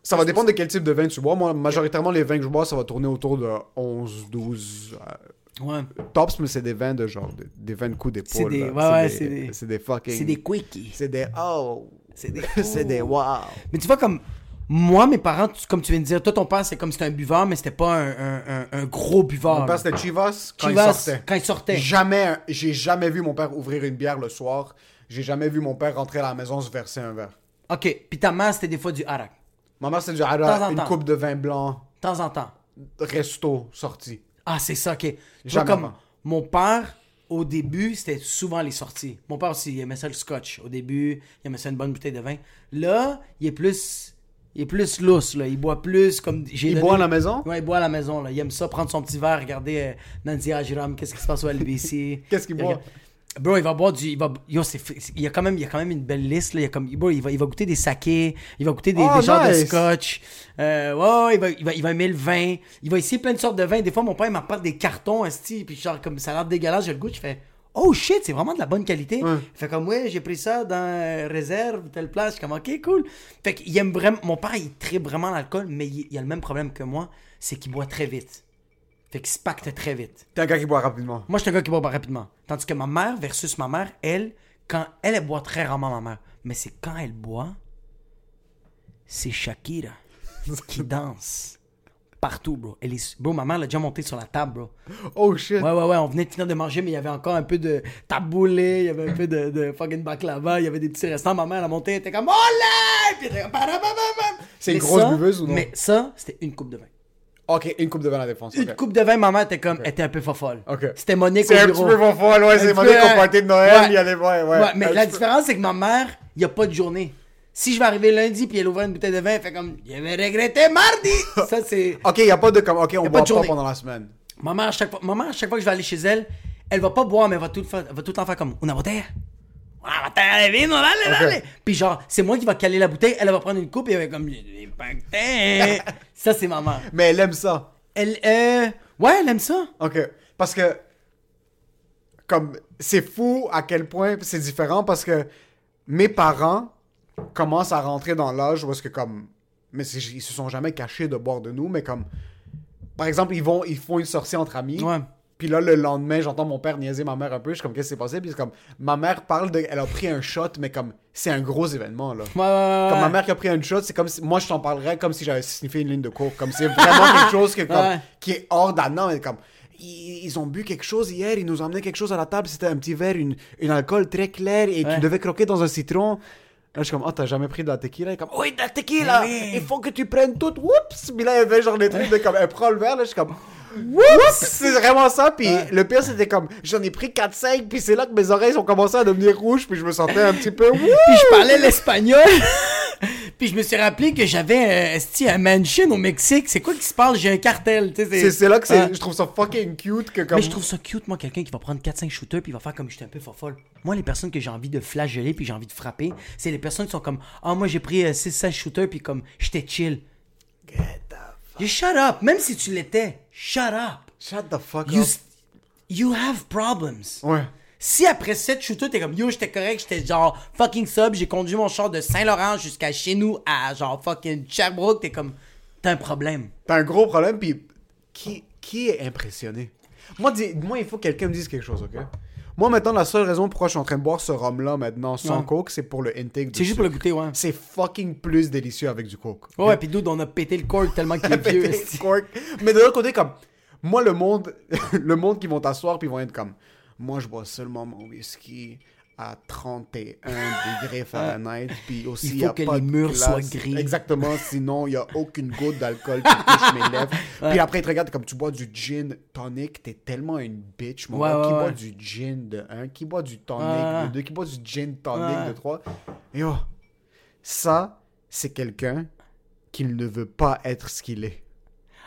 Speaker 2: Ça va dépendre de quel type de vin tu bois. Moi, majoritairement, les vins que je bois, ça va tourner autour de 11, 12 euh,
Speaker 3: Ouais.
Speaker 2: tops, mais c'est des vins de genre, des, des vins de coups
Speaker 3: C'est
Speaker 2: d'épaule.
Speaker 3: des.
Speaker 2: là.
Speaker 3: Ouais, ouais,
Speaker 2: c'est des, c'est des fucking.
Speaker 3: C'est des quickies.
Speaker 2: C'est des oh.
Speaker 3: C'est des.
Speaker 2: (laughs) C'est des wow.
Speaker 3: Mais tu vois, comme moi, mes parents, tu- comme tu viens de dire, toi, ton père, c'est comme si c'était un buveur, mais c'était pas un, un- un- un gros buveur.
Speaker 2: Mon père, c'était Chivas quand
Speaker 3: Ah, Chivas,
Speaker 2: il sortait.
Speaker 3: quand il sortait.
Speaker 2: Jamais, un- j'ai jamais vu mon père ouvrir une bière le soir. J'ai jamais vu mon père rentrer à la maison se verser un verre.
Speaker 3: Ok, puis ta mère, c'était des fois du harak.
Speaker 2: Ma mère, c'est du
Speaker 3: Temps en
Speaker 2: hara, une
Speaker 3: temps.
Speaker 2: coupe de vin blanc,
Speaker 3: De temps en temps.
Speaker 2: resto, sortie.
Speaker 3: Ah, c'est ça, ok. Tu vois,
Speaker 2: Jamais
Speaker 3: comme
Speaker 2: avant.
Speaker 3: mon père, au début, c'était souvent les sorties. Mon père aussi, il aimait ça le scotch. Au début, il aimait ça une bonne bouteille de vin. Là, il est plus. Il est plus lousse, là. Il boit plus comme. j'ai
Speaker 2: Il
Speaker 3: donné-
Speaker 2: boit à la maison?
Speaker 3: Ouais, il boit à la maison, là. Il aime ça, prendre son petit verre, regarder euh, Nancy Ajiram, qu'est-ce qui se passe au LBC.
Speaker 2: (laughs) Qu'est-ce qu'il
Speaker 3: Il
Speaker 2: boit?
Speaker 3: regarde- Bro, il va boire du. Il, va, yo, c'est f- il, y a quand même, il y a quand même une belle liste. Là. Il, y a comme, bro, il, va, il va goûter des sakés, il va goûter des,
Speaker 2: Oh,
Speaker 3: des genres de
Speaker 2: nice.
Speaker 3: scotch. Euh, ouais, ouais, il va, il, va, il va aimer le vin. Il va essayer plein de sortes de vins. Des fois, mon père, il m'apporte des cartons, esti, puis genre, comme ça a l'air dégueulasse, j'ai le goût, je fais. Oh shit, c'est vraiment de la bonne qualité. Il Fait comme, ouais, j'ai pris ça dans euh, réserve, telle place. Je suis comme, ok, cool. Fait qu'il aime vraiment. Mon père, il tripe vraiment l'alcool, mais il, il a le même problème que moi, c'est qu'il boit très vite. Fait qu'il se pacte très vite.
Speaker 2: T'es un gars qui boit rapidement.
Speaker 3: Moi, je suis un gars qui boit pas rapidement. Tandis que ma mère versus ma mère, elle, quand elle, elle boit très rarement, ma mère. Mais c'est quand elle boit, c'est Shakira
Speaker 2: (laughs)
Speaker 3: qui danse partout, bro. Elle est... Bro, ma mère l'a déjà montée sur la table, bro.
Speaker 2: Oh shit.
Speaker 3: Ouais, ouais, ouais, on venait de finir de manger, mais il y avait encore un peu de taboulé, il y avait un peu de, de fucking baklava, il y avait des petits restants. Ma mère, elle a monté, elle était comme « Olé! » Puis elle était comme « Parabababam!
Speaker 2: C'est une
Speaker 3: Mais
Speaker 2: grosse
Speaker 3: ça-
Speaker 2: buveuse ou non?
Speaker 3: Mais ça, c'était une coupe de vin.
Speaker 2: Ok, une coupe de vin à la défense.
Speaker 3: Une
Speaker 2: ok.
Speaker 3: coupe de vin, maman était comme, était un peu fofolle.
Speaker 2: Ok.
Speaker 3: C'était Monique
Speaker 2: C'est
Speaker 3: au
Speaker 2: un
Speaker 3: bureau.
Speaker 2: petit peu fofolle, ouais,
Speaker 3: Un
Speaker 2: c'est
Speaker 3: petit
Speaker 2: Monique
Speaker 3: peu,
Speaker 2: au
Speaker 3: euh,
Speaker 2: party de Noël,
Speaker 3: ouais.
Speaker 2: il y a les- ouais, ouais.
Speaker 3: mais
Speaker 2: Un
Speaker 3: la
Speaker 2: petit peu.
Speaker 3: différence, c'est que ma mère, il n'y a pas de journée. Si je vais arriver lundi puis elle ouvre une bouteille de vin, elle fait comme je vais
Speaker 2: (laughs)
Speaker 3: regretter mardi. ça c'est
Speaker 2: Ok, il n'y a pas de comme. Ok, on
Speaker 3: pas de
Speaker 2: boit pas,
Speaker 3: journée.
Speaker 2: pendant la semaine.
Speaker 3: ma mère à chaque fois ma mère, à chaque fois que je vais aller chez elle, elle va pas boire mais elle va tout le faire- elle va tout le temps faire comme on a bouteille. On a bouteille de vin, on va aller,
Speaker 2: Ok.
Speaker 3: aller. Puis genre c'est moi qui va caler la bouteille, elle va prendre une coupe et elle va comme J'ai pas le temps.
Speaker 2: (laughs)
Speaker 3: Ça c'est ma mère.
Speaker 2: Mais elle aime ça.
Speaker 3: Elle euh, ouais, elle aime ça.
Speaker 2: Ok. Parce que. Comme. C'est fou à quel point c'est différent parce que mes parents commencent à rentrer dans l'âge où est-ce que comme. Mais c'est- ils se sont jamais cachés de boire de nous, mais comme. Par exemple, ils vont, ils font une sortie entre amis.
Speaker 3: Ouais.
Speaker 2: Puis là, le lendemain, j'entends mon père niaiser ma mère un peu. Je suis comme, qu'est-ce qui s'est passé? Puis c'est comme, ma mère parle de. Elle a pris un shot, mais comme, c'est un gros événement, là.
Speaker 3: Ouais, ouais, ouais,
Speaker 2: Comme
Speaker 3: ouais.
Speaker 2: ma mère qui a pris une shot, c'est comme si. Moi, je t'en parlerais comme si j'avais sniffé une ligne de coke. Comme c'est vraiment
Speaker 3: (laughs)
Speaker 2: quelque chose que, comme,
Speaker 3: Ouais.
Speaker 2: qui est hors d'annan. Mais comme. Ils ils ont bu quelque chose hier, ils nous ont amené quelque chose à la table. C'était un petit verre, une, une alcool très clair et
Speaker 3: Ouais.
Speaker 2: qui devait croquer dans un citron. Là, je suis comme, oh, t'as jamais pris de la tequila? Et comme, oui, de la tequila!
Speaker 3: Mais oui.
Speaker 2: Il faut que tu prennes tout. Oups! Puis là, il y avait genre des trucs de comme, elle prend le verre, là, je suis comme, oups! C'est vraiment ça. Puis le pire, c'était comme, j'en ai pris 4-5, puis c'est là que mes oreilles ont commencé à devenir rouges, puis je me sentais un petit
Speaker 3: (laughs)
Speaker 2: peu, Ouh!
Speaker 3: Puis je parlais l'espagnol. (laughs) Puis je me suis rappelé que j'avais euh, esti, un mansion au Mexique. C'est quoi qui se passe? J'ai un cartel. tu sais,
Speaker 2: C'est c'est là que c'est-
Speaker 3: Ah.
Speaker 2: je trouve ça fucking cute que comme.
Speaker 3: Mais je trouve ça cute, moi, quelqu'un qui va prendre 4-5 shooters puis il va faire comme j'étais un peu fofolle. Moi, les personnes que j'ai envie de flageller puis j'ai envie de frapper, c'est les personnes qui sont comme Ah, moi, j'ai pris 6-16 shooters puis comme j'étais chill. You shut up. Même si tu l'étais, shut up.
Speaker 2: Shut the fuck
Speaker 3: You,
Speaker 2: up.
Speaker 3: s- you have problems.
Speaker 2: Ouais.
Speaker 3: Si après 7 shooters, t'es comme yo, j'étais correct, j'étais genre fucking sub, j'ai conduit mon char de Saint-Laurent jusqu'à chez nous à genre fucking Sherbrooke, t'es comme t'as un problème.
Speaker 2: T'as un gros problème puis qui qui est impressionné. Moi dis- moi il faut que quelqu'un me dise quelque chose ok. Moi maintenant la seule raison pourquoi je suis en train de boire ce rhum là maintenant sans
Speaker 3: Ouais.
Speaker 2: coke c'est pour le intake. du
Speaker 3: C'est juste pour le
Speaker 2: sucre.
Speaker 3: goûter, ouais.
Speaker 2: C'est fucking plus délicieux avec du coke.
Speaker 3: Ouais, ouais, pis dude, on a (laughs) pété (laughs) le corps tellement qu'il est vieux.
Speaker 2: Péter
Speaker 3: esti.
Speaker 2: le cork. Mais de l'autre côté, comme, moi, le monde, (laughs) le monde qui vont t'asseoir puis ils vont être comme, moi, je bois seulement mon whisky à 31 degrés Fahrenheit, puis aussi,
Speaker 3: Ah. Il
Speaker 2: y a
Speaker 3: faut que
Speaker 2: pas
Speaker 3: les
Speaker 2: de
Speaker 3: murs
Speaker 2: glace.
Speaker 3: soient gris.
Speaker 2: Exactement, sinon, il n'y a aucune goutte d'alcool qui touche mes
Speaker 3: (laughs)
Speaker 2: lèvres. Puis après, ils te regardent comme, tu bois du gin tonic, t'es tellement une bitch, mon
Speaker 3: Ouais,
Speaker 2: gars.
Speaker 3: ouais,
Speaker 2: Qui boit
Speaker 3: ouais.
Speaker 2: du gin de 1, qui boit du tonic
Speaker 3: Ouais.
Speaker 2: de 2, qui boit du gin tonic
Speaker 3: Ouais.
Speaker 2: de 3. Et oh, ça, c'est quelqu'un qui ne veut pas être ce qu'il est.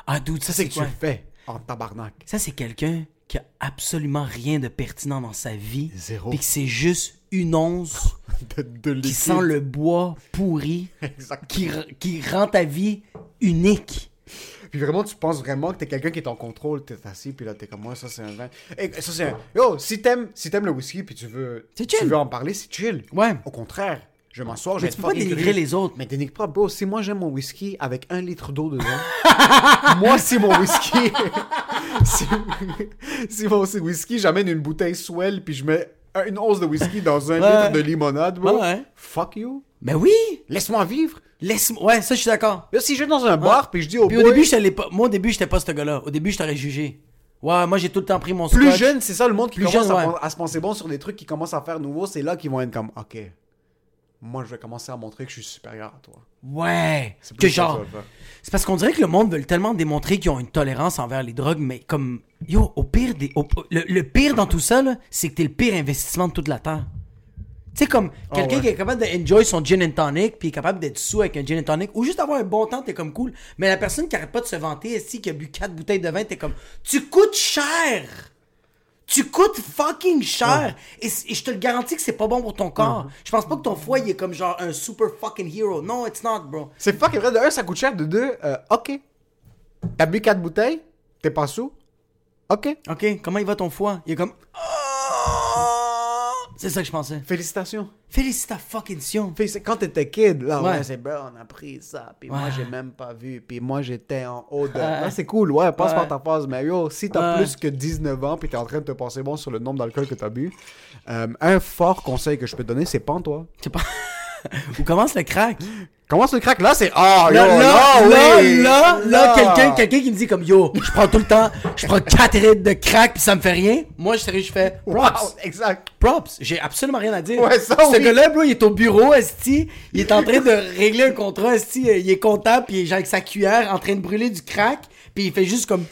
Speaker 3: Ah, dude, ça
Speaker 2: Ça, c'est
Speaker 3: c'est
Speaker 2: que tu
Speaker 3: quoi?
Speaker 2: le fais en tabarnak.
Speaker 3: Ça c'est quelqu'un qui a absolument rien de pertinent dans sa vie.
Speaker 2: Zéro.
Speaker 3: Pis que c'est juste une once
Speaker 2: De, de
Speaker 3: qui
Speaker 2: liquide. (laughs)
Speaker 3: sent le bois pourri,
Speaker 2: Exact.
Speaker 3: qui, r- qui rend ta vie unique.
Speaker 2: Puis vraiment, tu penses vraiment que t'es quelqu'un qui est en contrôle. T'es assis, puis là, t'es comme moi, ça, c'est un vin. Et ça, c'est un. Yo, si t'aimes si t'aimes le whisky, puis tu veux,
Speaker 3: C'est
Speaker 2: tu
Speaker 3: chill.
Speaker 2: veux en parler, c'est chill.
Speaker 3: Ouais.
Speaker 2: Au contraire, je vais m'asseoir, je
Speaker 3: Mais
Speaker 2: vais
Speaker 3: tu
Speaker 2: être
Speaker 3: peux pas
Speaker 2: fucking
Speaker 3: dénigrer
Speaker 2: curieux.
Speaker 3: les autres.
Speaker 2: Mais dénigre pas, bro. Si moi, j'aime mon whisky avec un litre d'eau dedans, (laughs) moi, si mon whisky. (laughs) si... si mon whisky, j'amène une bouteille swell, puis je mets une once de whisky dans un
Speaker 3: Ouais.
Speaker 2: litre de limonade, bro.
Speaker 3: Ouais, ouais.
Speaker 2: Fuck you.
Speaker 3: Ben oui!
Speaker 2: Laisse-moi vivre.
Speaker 3: Laisse-moi. Ouais, ça je suis d'accord.
Speaker 2: Là, si je vais dans un bar, puis je dis au,
Speaker 3: Puis au
Speaker 2: boy,
Speaker 3: début, j'étais pas... moi au début, j'étais pas ce gars-là. Au début, je t'aurais jugé. Ouais, moi j'ai tout le temps pris mon
Speaker 2: plus
Speaker 3: scotch.
Speaker 2: jeune, c'est ça le monde qui
Speaker 3: Plus
Speaker 2: commence
Speaker 3: jeune,
Speaker 2: à,
Speaker 3: ouais.
Speaker 2: pen- à se penser bon sur des trucs qui commencent à faire nouveau, c'est là qu'ils vont être comme OK. Moi, je vais commencer à montrer que je suis supérieur à toi.
Speaker 3: Ouais.
Speaker 2: C'est
Speaker 3: Que
Speaker 2: plus ça que
Speaker 3: genre.
Speaker 2: ça va faire.
Speaker 3: C'est parce qu'on dirait que le monde veut tellement démontrer qu'ils ont une tolérance envers les drogues, mais comme yo, au pire des, au- le, le pire dans tout ça là, c'est que t'es le pire investissement de toute la terre. Tu sais comme
Speaker 2: Ah
Speaker 3: quelqu'un
Speaker 2: ouais.
Speaker 3: qui est capable d'enjoy son gin and tonic, puis est capable d'être sous avec un gin and tonic, ou juste avoir un bon temps, t'es comme cool. Mais la personne qui arrête pas de se vanter, est qui a bu quatre bouteilles de vin, t'es comme tu coûtes cher. Tu coûtes fucking cher. Et, c- et je te le garantis que c'est pas bon pour ton corps. Je pense pas que ton foie il est comme genre un super fucking hero. Non, it's not, bro.
Speaker 2: C'est fucking vrai de un ça coûte cher, de deux euh, OK. T'as bu quatre bouteilles, t'es pas sous. OK.
Speaker 3: OK, comment il va ton foie? Il est comme... C'est ça que je pensais.
Speaker 2: Félicitations.
Speaker 3: Félicitations.
Speaker 2: Fait que c'est- Quand t'étais kid, là, ouais,
Speaker 3: Ouais.
Speaker 2: c'est ben, on a pris ça, puis
Speaker 3: Ouais.
Speaker 2: moi, j'ai même pas vu, puis moi, j'étais en haut de. Là, c'est cool, ouais, passe
Speaker 3: Ouais.
Speaker 2: par ta phase, mais yo, si t'as
Speaker 3: Ouais.
Speaker 2: plus que 19 ans, puis t'es en train de te penser bon sur le nombre d'alcool que t'as bu, euh, un fort conseil que je peux te donner, c'est pends-toi.
Speaker 3: C'est (laughs) pas... Où commence le crack?
Speaker 2: Comment le crack là, c'est. Ah, yo,
Speaker 3: Là, là, là, là,
Speaker 2: oui,
Speaker 3: là, quelqu'un quelqu'un qui me dit comme, yo, je prends tout le temps, je prends 4 litres de crack puis ça me fait rien. Moi, je sérieux, je fais props.
Speaker 2: Wow, exact.
Speaker 3: Props, j'ai absolument rien à dire.
Speaker 2: Ouais, ça,
Speaker 3: Ce
Speaker 2: oui.
Speaker 3: gars-là, bro, il est au bureau, esti, il est en train de régler un contrat, esti, euh, il est comptable, puis il est genre avec sa cuillère en train de brûler du crack, puis il fait juste comme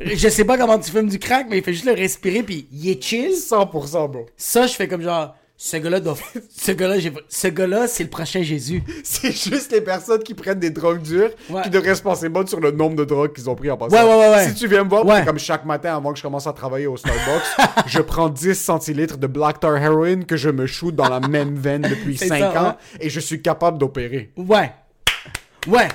Speaker 3: je sais pas comment tu fumes du crack, mais il fait juste le respirer puis il est chill.
Speaker 2: 100%, bro. (laughs)
Speaker 3: Ça, je fais comme genre ce gars-là doit. ce gars-là, j'ai- ce gars-là, c'est le prochain Jésus.
Speaker 2: C'est juste les personnes qui prennent des drogues dures
Speaker 3: Ouais.
Speaker 2: qui devraient se penser bonnes sur le nombre de drogues qu'ils ont pris en passant.
Speaker 3: Ouais, ouais, ouais, ouais.
Speaker 2: Si tu viens me voir,
Speaker 3: Ouais.
Speaker 2: c'est comme chaque matin avant que je commence à travailler au Starbucks,
Speaker 3: (laughs)
Speaker 2: je prends 10 centilitres de Black Tar Heroin que je me shoot dans la même veine depuis
Speaker 3: C'est
Speaker 2: 5
Speaker 3: ça,
Speaker 2: ans
Speaker 3: ouais.
Speaker 2: et je suis capable d'opérer.
Speaker 3: Ouais. Ouais.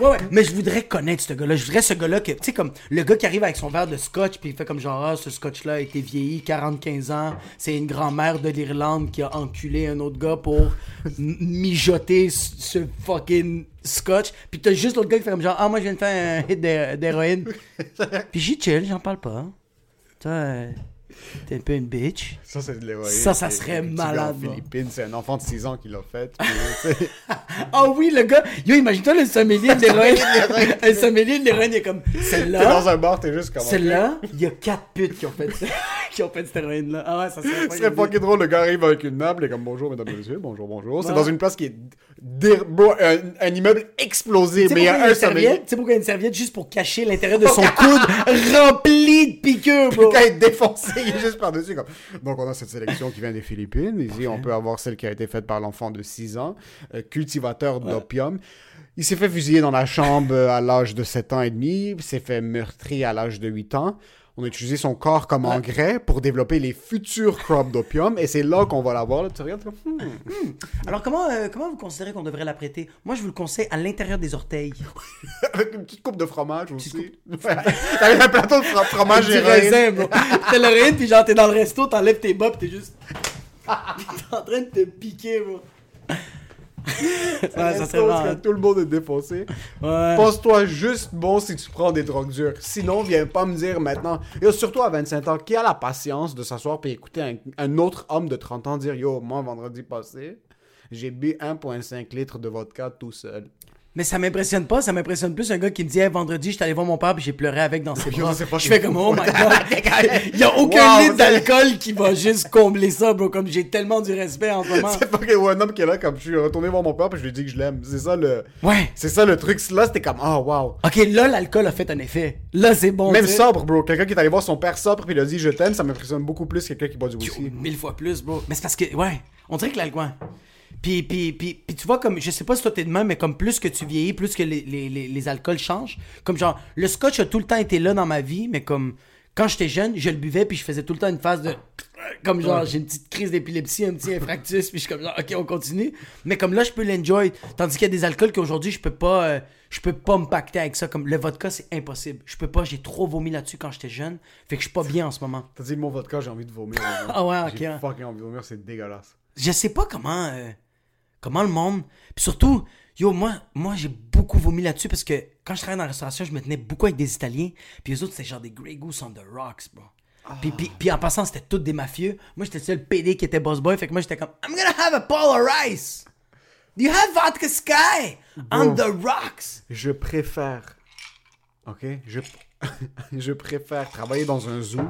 Speaker 3: Ouais, ouais. Mais je voudrais connaître ce gars-là. Je voudrais ce gars-là que. Tu sais, comme le gars qui arrive avec son verre de scotch, puis il fait comme genre, ah, ce scotch-là a été vieilli, 45 ans. C'est une grand-mère de l'Irlande qui a enculé un autre gars pour m- mijoter ce ce fucking scotch. Puis t'as juste l'autre gars qui fait comme genre, ah, moi, je viens de faire un hit d'hé- (laughs) d'héroïne. puis j'y chill, j'en parle pas. Toi, euh, t'es un peu une bitch.
Speaker 2: Ça, c'est de l'héroïne.
Speaker 3: Ça, ça
Speaker 2: C'est-
Speaker 3: serait
Speaker 2: un petit
Speaker 3: malade,
Speaker 2: gars
Speaker 3: hein.
Speaker 2: aux
Speaker 3: moi.
Speaker 2: Philippines, c'est un enfant de 6 ans qui l'a fait.
Speaker 3: (laughs)
Speaker 2: puis, tu sais.
Speaker 3: Ah oui, le gars, yo, imagine-toi le sommelier de l'héroïne. (laughs) un sommelier de l'héroïne, il est comme,
Speaker 2: T'es
Speaker 3: celle-là.
Speaker 2: dans un bar, t'es juste comme.
Speaker 3: Celle-là, il y a quatre putes qui ont fait ça. (laughs) qui ont fait cette héroïne-là. Ah ouais, ça serait
Speaker 2: Ce serait
Speaker 3: pas
Speaker 2: fucking drôle, le gars arrive avec une nappe, il est comme bonjour mesdames et messieurs, bonjour, bonjour. C'est
Speaker 3: Ouais.
Speaker 2: dans une place qui est. dé- bro, un, un immeuble explosé,
Speaker 3: Tu
Speaker 2: mais il y a un sommet.
Speaker 3: sais pourquoi il y a une serviette juste pour cacher l'intérêt de son coude rempli de piqûres, bro.
Speaker 2: Quand il est défoncé, il est juste par-dessus. comme. Donc, on a cette sélection qui vient des Philippines. Ici, on peut avoir celle qui a été faite par l'enfant de 6 ans, euh, cultivateur d'opium. Il s'est fait fusiller dans la chambre euh, à l'âge de 7 ans et demi. Il s'est fait meurtrir à l'âge de 8 ans. On a utilisé son corps comme engrais pour développer les futurs crops d'opium. Et c'est là qu'on va l'avoir. Là, tu regardes comme. hmm.
Speaker 3: Alors comment, euh, comment vous considérez qu'on devrait la prêter Moi, je vous le conseille à l'intérieur des orteils.
Speaker 2: Avec une petite coupe de fromage aussi. (laughs) Avec un plateau de fra- fromage
Speaker 3: (laughs) Du
Speaker 2: et
Speaker 3: raisin,
Speaker 2: raisin.
Speaker 3: bro. T'as l'héroïne, puis genre, t'es dans le resto, t'enlèves tes bas, puis t'es juste... (laughs) t'es en train de te piquer, bro. ouais, ça serait vraiment...
Speaker 2: Tout le monde est défoncé.
Speaker 3: Ouais.
Speaker 2: Pense-toi juste bon si tu prends des drogues dures. Sinon, viens pas me dire maintenant. Yo, surtout à 25 ans, qui a la patience de s'asseoir et écouter un, un autre homme de 30 ans dire Yo, moi, vendredi passé, j'ai bu 1,5 litre de vodka tout seul.
Speaker 3: Mais ça m'impressionne pas, ça m'impressionne plus un gars qui me dit Hey, vendredi, je suis allé voir mon père puis j'ai pleuré avec dans ses
Speaker 2: Yo,
Speaker 3: bras.
Speaker 2: c'est pas
Speaker 3: Je fais
Speaker 2: chez
Speaker 3: comme
Speaker 2: vous. (laughs)
Speaker 3: oh my god. Il y a aucun
Speaker 2: Wow,
Speaker 3: litre
Speaker 2: c'est-
Speaker 3: d'alcool qui va juste combler ça, bro. Comme j'ai tellement du respect en ce moment.
Speaker 2: (laughs) C'est pas que ou un homme qui est là, comme je suis retourné voir mon père puis je lui ai dit que je l'aime. C'est ça le.
Speaker 3: Ouais.
Speaker 2: C'est ça le truc. Là, c'était comme Oh, wow.
Speaker 3: Ok, là l'alcool a fait un effet. Là c'est bon.
Speaker 2: Même
Speaker 3: tu sais.
Speaker 2: sobre, bro. Quelqu'un qui est allé voir son père sobre puis il a dit je t'aime, ça m'impressionne beaucoup plus que quelqu'un qui boit du
Speaker 3: Yo,
Speaker 2: whisky.
Speaker 3: Mille fois plus, bro. Mais c'est parce que, ouais, on dirait que l'alcool. Puis, puis, puis, puis tu vois, comme, je sais pas si toi t'es de même, mais comme plus que tu vieillis, plus que les, les, les, les alcools changent. Comme genre, le scotch a tout le temps été là dans ma vie, mais comme, quand j'étais jeune, je le buvais, puis je faisais tout le temps une phase de. Comme genre, j'ai une petite crise d'épilepsie, un petit infractus, puis je suis comme genre, ok, on continue. Mais comme là, je peux l'enjoy. Tandis qu'il y a des alcools qu'aujourd'hui, je peux pas. euh, je peux pas me pacter avec ça. Comme le vodka, c'est impossible. Je peux pas, j'ai trop vomi là-dessus quand j'étais jeune. Fait que je suis pas bien en ce moment.
Speaker 2: T'as dit le mot vodka, j'ai envie de vomir.
Speaker 3: (laughs) Ah ouais, ok,
Speaker 2: J'ai
Speaker 3: hein.
Speaker 2: fucking envie de vomir, c'est dégueulasse.
Speaker 3: je sais pas comment euh, comment le monde puis surtout yo moi moi j'ai beaucoup vomi là-dessus parce que quand je travaillais dans la restauration je me tenais beaucoup avec des Italiens puis les autres c'était genre des Grey Goose on the rocks bro puis, puis, puis en passant c'était tous des mafieux moi j'étais le seul PD qui était boss boy fait que moi j'étais comme I'm gonna have a polar rice Do you have vodka sky on the rocks
Speaker 2: Je préfère. Ok? Je, (laughs) je préfère travailler dans un zoo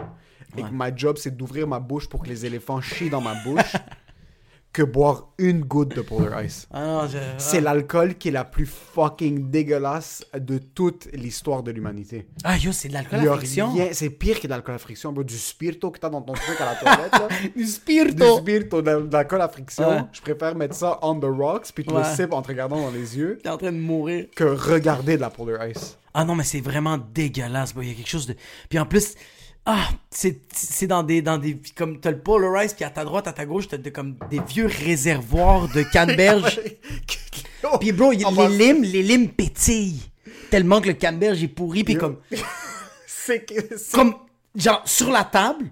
Speaker 2: et que ma job c'est d'ouvrir ma bouche pour que les éléphants chient dans ma bouche (laughs) que boire une goutte de Polar Ice.
Speaker 3: ah non je...
Speaker 2: C'est l'alcool qui est la plus fucking dégueulasse de toute l'histoire de l'humanité.
Speaker 3: ah yo c'est de l'alcool
Speaker 2: Il y a
Speaker 3: à friction
Speaker 2: rien- C'est pire que de l'alcool à friction, bro. Du spirito que t'as dans ton truc à la toilette, là.
Speaker 3: (laughs) du
Speaker 2: du
Speaker 3: spirito
Speaker 2: spirito, de de l'alcool à friction.
Speaker 3: Ouais.
Speaker 2: Je préfère mettre ça on the rocks, puis tu le
Speaker 3: Ouais.
Speaker 2: sip en te regardant dans les yeux,
Speaker 3: t'es en train de mourir
Speaker 2: que regarder de la Polar Ice. (laughs)
Speaker 3: Ah non, mais c'est vraiment dégueulasse, bro. Il y a quelque chose de. Puis en plus, ah, c'est c'est dans des, dans des. Comme t'as le Polarise, puis à ta droite, à ta gauche, t'as de- comme des vieux réservoirs
Speaker 2: (laughs)
Speaker 3: de canneberge. puis bro, il-
Speaker 2: En
Speaker 3: les
Speaker 2: passant-
Speaker 3: limes, les limes pétillent. Tellement que le canneberge est pourri,
Speaker 2: (laughs)
Speaker 3: puis comme.
Speaker 2: C'est
Speaker 3: (laughs)
Speaker 2: que- c'est-
Speaker 3: Comme. Genre, sur la table,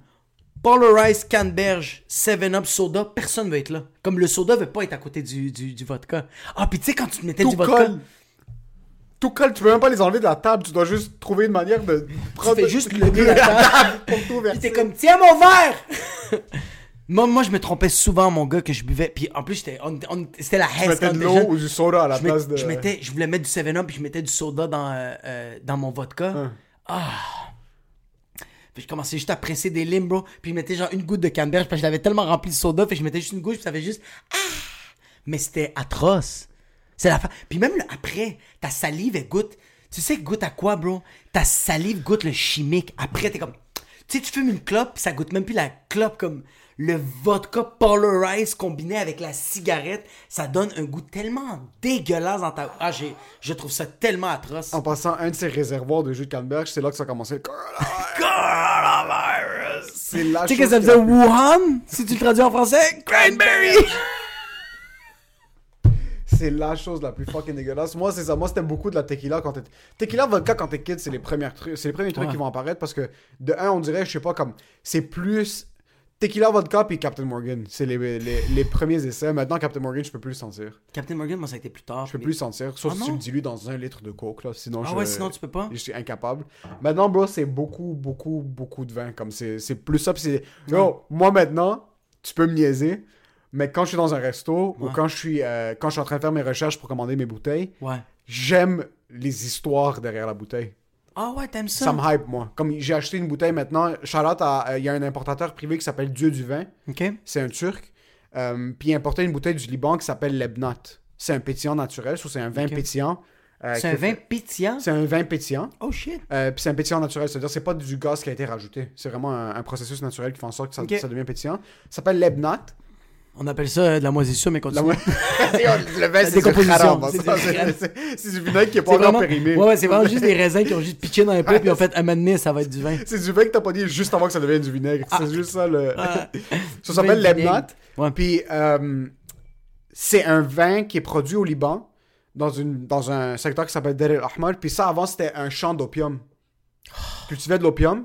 Speaker 3: Polarise, canneberge, 7-Up, soda, personne veut être là. Comme le soda veut pas être à côté du, du, du vodka. Ah, puis tu sais, quand tu te mettais du
Speaker 2: tout
Speaker 3: vodka.
Speaker 2: colle. Tout colle, tu peux même pas les enlever de la table, tu dois juste trouver une manière de
Speaker 3: Tu
Speaker 2: prendre (laughs)
Speaker 3: fais juste le nez à
Speaker 2: pour tout
Speaker 3: Puis t'es
Speaker 2: verser.
Speaker 3: comme, tiens mon verre! (laughs) moi, moi, je me trompais souvent, mon gars, que je buvais. Puis en plus, j'étais- on- on- c'était la
Speaker 2: Tu
Speaker 3: haine
Speaker 2: mettais
Speaker 3: quand
Speaker 2: de
Speaker 3: j'étais
Speaker 2: l'eau
Speaker 3: jeune.
Speaker 2: ou du soda à la
Speaker 3: Je,
Speaker 2: place
Speaker 3: met-
Speaker 2: de.
Speaker 3: je mettais, je voulais mettre du 7-Up, puis je mettais du soda dans, euh, euh, dans mon vodka.
Speaker 2: Hein.
Speaker 3: Ah! Puis je commençais juste à presser des limes, bro. Puis je mettais genre une goutte de canneberge, parce que je l'avais tellement rempli de soda, fait que je mettais juste une goutte, puis ça fait juste. Ah! Mais c'était atroce. C'est la fin. Puis même le- après, ta salive, elle goûte. Tu sais, elle goûte à quoi, bro? Ta salive goûte le chimique. Après, t'es comme. Tu sais, tu fumes une clope, ça goûte même plus la clope comme le vodka polarized combiné avec la cigarette. Ça donne un goût tellement dégueulasse dans ta. Ah, j'ai- je trouve ça tellement atroce.
Speaker 2: En passant, un de ses réservoirs de jus de canneberge, c'est là que ça a commencé le coronavirus.
Speaker 3: Coronavirus!
Speaker 2: C'est la
Speaker 3: Tu sais
Speaker 2: chose
Speaker 3: que ça
Speaker 2: qui
Speaker 3: faisait
Speaker 2: a-
Speaker 3: Wuhan, si tu le traduis en français?
Speaker 2: (laughs)
Speaker 3: Cranberry!
Speaker 2: C'est la chose la plus fucking dégueulasse. Moi, c'est ça. Moi, c'était beaucoup de la tequila quand t'es. Tequila, vodka, quand t'es kid, c'est les, premières trucs- c'est les premiers trucs
Speaker 3: Ouais.
Speaker 2: qui vont apparaître parce que, de un, on dirait, je sais pas, comme. C'est plus. Tequila, vodka, puis Captain Morgan. C'est les, les- les premiers essais. Maintenant, Captain Morgan, je peux plus le sentir.
Speaker 3: Captain Morgan, moi, ça a été plus tard.
Speaker 2: Je peux
Speaker 3: mais-
Speaker 2: plus le sentir. Sauf
Speaker 3: Ah
Speaker 2: si tu
Speaker 3: non?
Speaker 2: me dilues dans un litre de coke, là. Sinon,
Speaker 3: Ah
Speaker 2: je.
Speaker 3: ouais, sinon, tu peux pas?
Speaker 2: Je suis incapable. Maintenant, bro, c'est beaucoup, beaucoup, beaucoup de vin. Comme c'est c'est plus ça. Puis c'est. Yo, moi maintenant, tu peux me niaiser. Mais quand je suis dans un resto ou
Speaker 3: Ouais.
Speaker 2: quand je suis euh, quand je suis en train de faire mes recherches pour commander mes bouteilles,
Speaker 3: Ouais.
Speaker 2: j'aime les histoires derrière la bouteille.
Speaker 3: Ah ouais, t'aimes ça?
Speaker 2: Ça me hype, moi. Comme j'ai acheté une bouteille maintenant, Charlotte, a- euh, il y a un importateur privé qui s'appelle Dieu du vin.
Speaker 3: Ok.
Speaker 2: C'est un Turc. Euh, puis il importait une bouteille du Liban qui s'appelle Lebnat. C'est un pétillant naturel, soit c'est un vin
Speaker 3: Ok.
Speaker 2: pétillant. euh,
Speaker 3: C'est
Speaker 2: qui-
Speaker 3: un vin pétillant?
Speaker 2: C'est un vin pétillant.
Speaker 3: Oh shit!
Speaker 2: Euh, puis c'est un pétillant naturel, c'est-à-dire c'est pas du gaz qui a été rajouté. C'est vraiment un, un processus naturel qui fait en sorte que ça,
Speaker 3: Ok.
Speaker 2: ça devient pétillant. Ça s'appelle
Speaker 3: (laughs)
Speaker 2: Lebnat.
Speaker 3: On appelle ça euh, de la moisissure, mais continue.
Speaker 2: La mo- le vin,
Speaker 3: La
Speaker 2: c'est du
Speaker 3: décomposition,
Speaker 2: crabe, hein,
Speaker 3: c'est
Speaker 2: ça,
Speaker 3: du
Speaker 2: c'est-
Speaker 3: crabe.
Speaker 2: (laughs) c'est- C'est du vinaigre qui est pas
Speaker 3: C'est
Speaker 2: encore
Speaker 3: vraiment...
Speaker 2: périmé.
Speaker 3: Ouais, ouais, c'est vraiment
Speaker 2: (laughs)
Speaker 3: juste des raisins qui ont juste pitché dans un peu, puis ont fait amener, ça va être du vin.
Speaker 2: C'est du vin que t'as pas dit juste avant que ça devienne du vinaigre. C'est juste ça le.
Speaker 3: Ah.
Speaker 2: (laughs) ça s'appelle
Speaker 3: Vin vinaigre.
Speaker 2: Lebnat.
Speaker 3: Ouais.
Speaker 2: Puis euh, c'est un vin qui est produit au Liban dans, une, dans un secteur qui s'appelle Deir el Ahmar. Puis ça avant c'était un champ d'opium.
Speaker 3: Oh.
Speaker 2: Cultivait de l'opium.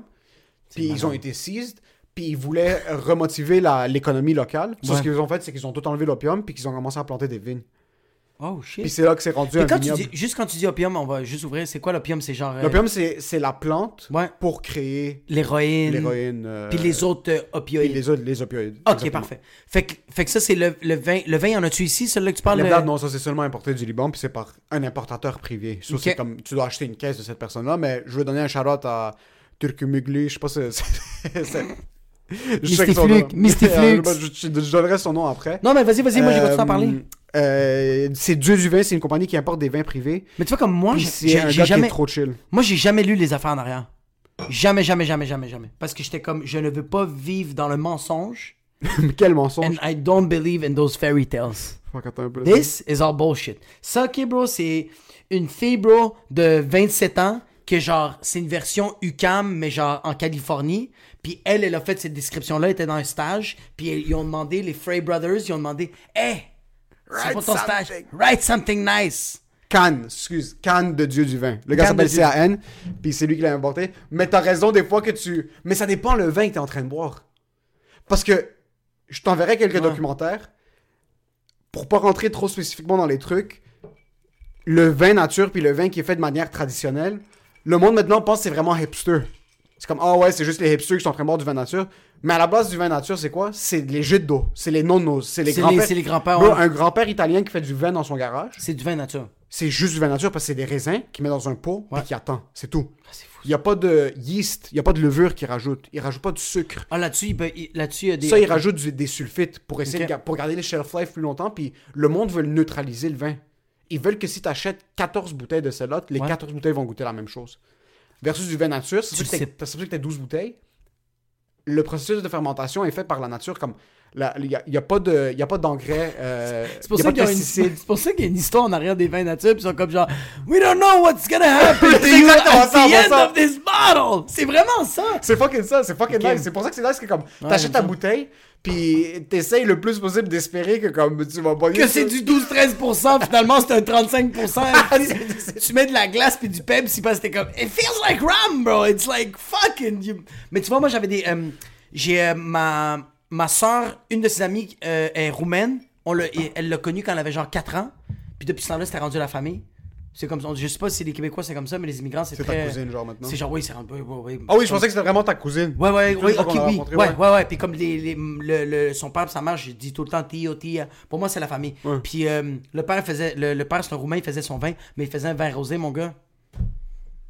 Speaker 2: Puis ils ont été seized. Puis ils voulaient remotiver la- l'économie locale. Ça,
Speaker 3: Ouais.
Speaker 2: ce qu'ils ont fait, c'est qu'ils ont tout enlevé l'opium puis qu'ils ont commencé à planter des vignes.
Speaker 3: Oh
Speaker 2: Puis
Speaker 3: shit!
Speaker 2: c'est là que c'est rendu
Speaker 3: Mais
Speaker 2: un
Speaker 3: quand tu
Speaker 2: vignoble.
Speaker 3: dis, juste quand tu dis opium, on va juste ouvrir, c'est quoi l'opium? C'est genre. euh,
Speaker 2: L'opium, c'est c'est la plante
Speaker 3: Ouais.
Speaker 2: pour créer
Speaker 3: L'héroïne.
Speaker 2: l'héroïne. euh,
Speaker 3: Puis les autres euh,
Speaker 2: puis
Speaker 3: opioïdes.
Speaker 2: les, autres- les opioïdes.
Speaker 3: Ok,
Speaker 2: Exactement.
Speaker 3: parfait. Fait que, fait que ça, c'est le, le vin. Le vin, y en a-tu ici, celui-là que tu parles? euh?
Speaker 2: Les
Speaker 3: le-
Speaker 2: blagues, non, ça c'est seulement importé du Liban, puis c'est par un importateur privé. Ça,
Speaker 3: Ok.
Speaker 2: c'est comme tu dois acheter une caisse de cette personne-là, mais je veux donner un charlotte à Turkumugli, je sais pas si. c'est- (laughs) c'est- je sais que son
Speaker 3: Mystiflux,
Speaker 2: nom-
Speaker 3: Mystiflux.
Speaker 2: (laughs) je, je- je donnerai son nom après.
Speaker 3: Non, mais vas-y, vas-y, moi, j'ai
Speaker 2: Euh,
Speaker 3: continué à parler.
Speaker 2: euh, c'est Dieu du vin, c'est une compagnie qui importe des vins privés.
Speaker 3: Mais tu vois, comme moi,
Speaker 2: Puis
Speaker 3: j'ai-
Speaker 2: c'est un gars
Speaker 3: j'ai j'ai
Speaker 2: qui
Speaker 3: jamais.
Speaker 2: est trop chill. (laughs)
Speaker 3: Moi, j'ai jamais lu les affaires en arrière. Jamais, jamais, jamais, jamais, jamais. Parce que j'étais comme, je ne veux pas vivre dans le mensonge.
Speaker 2: Mais Quel mensonge.
Speaker 3: And I don't believe in those fairy tales.
Speaker 2: Fuck, attends un peu. là.
Speaker 3: This is all bullshit. Ça, ok, bro, c'est une fille, bro, de 27 ans, que genre, c'est une version UCAM, mais genre en Californie. Puis elle, elle a fait cette description-là, elle était dans un stage. Puis ils ont demandé, les Frey Brothers, ils ont demandé, hey, c'est pour ton stage, write something nice.
Speaker 2: Cannes, excuse, Cannes de Dieu du vin. Le gars
Speaker 3: Cannes de
Speaker 2: s'appelle
Speaker 3: Dieu
Speaker 2: C-A-N,
Speaker 3: du-
Speaker 2: puis c'est lui qui l'a inventé. Mais t'as raison des fois que tu... Mais ça dépend le vin que t'es en train de boire. Parce que je t'enverrai quelques documentaires pour pas rentrer trop spécifiquement dans les trucs. Le vin nature puis le vin qui est fait de manière traditionnelle, le monde maintenant pense que c'est vraiment hipster. C'est comme, ah ouais, c'est juste les hipsters qui sont en train de boire du vin nature. Mais à la base du vin nature, c'est quoi? C'est les jets d'eau, c'est les non c'est les
Speaker 3: C'est les-
Speaker 2: grands-pères.
Speaker 3: c'est les grands-pères,
Speaker 2: Bro,
Speaker 3: ouais.
Speaker 2: Un grand-père italien qui fait du vin dans son garage,
Speaker 3: C'est du vin nature.
Speaker 2: c'est juste du vin nature parce que c'est des raisins qu'il met dans un pot et
Speaker 3: Ouais.
Speaker 2: qui attend. C'est tout.
Speaker 3: Ah, c'est fou.
Speaker 2: Il n'y a pas de yeast, il n'y a pas de levure qu'il rajoute. Il rajoute pas de sucre.
Speaker 3: Ah, là-dessus, il peut- il- là-dessus, il y a des.
Speaker 2: Ça, il rajoute du- des sulfites pour essayer
Speaker 3: Ok.
Speaker 2: de ga- pour garder les shelf life plus longtemps. Puis le monde veut neutraliser le vin. Ils veulent que si tu achètes 14 bouteilles de celle-là, les
Speaker 3: Ouais.
Speaker 2: 14 bouteilles vont goûter la même chose. Versus du vin nature, c'est
Speaker 3: Tu
Speaker 2: sûr que
Speaker 3: le
Speaker 2: t'as- c'est sûr que tu as 12 bouteilles. Le processus de fermentation est fait par la nature. comme la- Il n'y a, il y a pas de- il y a pas d'engrais, euh,
Speaker 3: C'est
Speaker 2: il
Speaker 3: pour,
Speaker 2: n'y a
Speaker 3: ça
Speaker 2: pas de
Speaker 3: qu'il y a une...
Speaker 2: pesticides.
Speaker 3: c'est pour ça qu'il y a une histoire en arrière des vins nature, puis ils sont comme genre, We don't know
Speaker 2: (laughs)
Speaker 3: what's gonna happen to
Speaker 2: C'est
Speaker 3: you
Speaker 2: exactement
Speaker 3: at
Speaker 2: ça,
Speaker 3: the
Speaker 2: on
Speaker 3: end
Speaker 2: ça.
Speaker 3: of this bottle! C'est vraiment ça!
Speaker 2: C'est fucking ça, c'est fucking
Speaker 3: Ok.
Speaker 2: nice. C'est pour ça que c'est nice que comme
Speaker 3: j'aime
Speaker 2: t'achètes ta
Speaker 3: ça.
Speaker 2: bouteille, puis t'essayes le plus possible d'espérer que comme tu vas pas
Speaker 3: Que c'est du 12-13%, finalement c'est un
Speaker 2: (laughs)
Speaker 3: 35%. tu mets de la glace puis du Pepsi parce que t'es comme, It feels like rum, bro! It's like fucking. you- Mais tu vois, moi j'avais des. euh, J'ai euh, ma... ma soeur, une de ses amies euh, est roumaine. On l'a- Elle l'a connue quand elle avait genre 4 ans. Puis depuis ce temps-là, c'était rendu à la famille. C'est comme ça. Je sais pas si les Québécois c'est comme ça, mais les immigrants c'est
Speaker 2: C'est ta
Speaker 3: très.
Speaker 2: cousine, genre, maintenant?
Speaker 3: C'est genre, oui, c'est rendu. oui, oui, oui.
Speaker 2: Ah oui, je pensais que c'était vraiment ta cousine.
Speaker 3: Ouais, ouais,
Speaker 2: Tout
Speaker 3: ouais,
Speaker 2: ça qu'on
Speaker 3: ok,
Speaker 2: a
Speaker 3: oui.
Speaker 2: rencontré,
Speaker 3: Ouais, ouais, ouais. Puis comme les, les- le, le- son père, et sa mère, j'ai dit tout le temps Tio, Tio. Pour moi, c'est la famille. Puis euh, le père faisait, le, le père, c'est un roumain, il faisait son vin, mais il faisait un vin rosé, mon gars.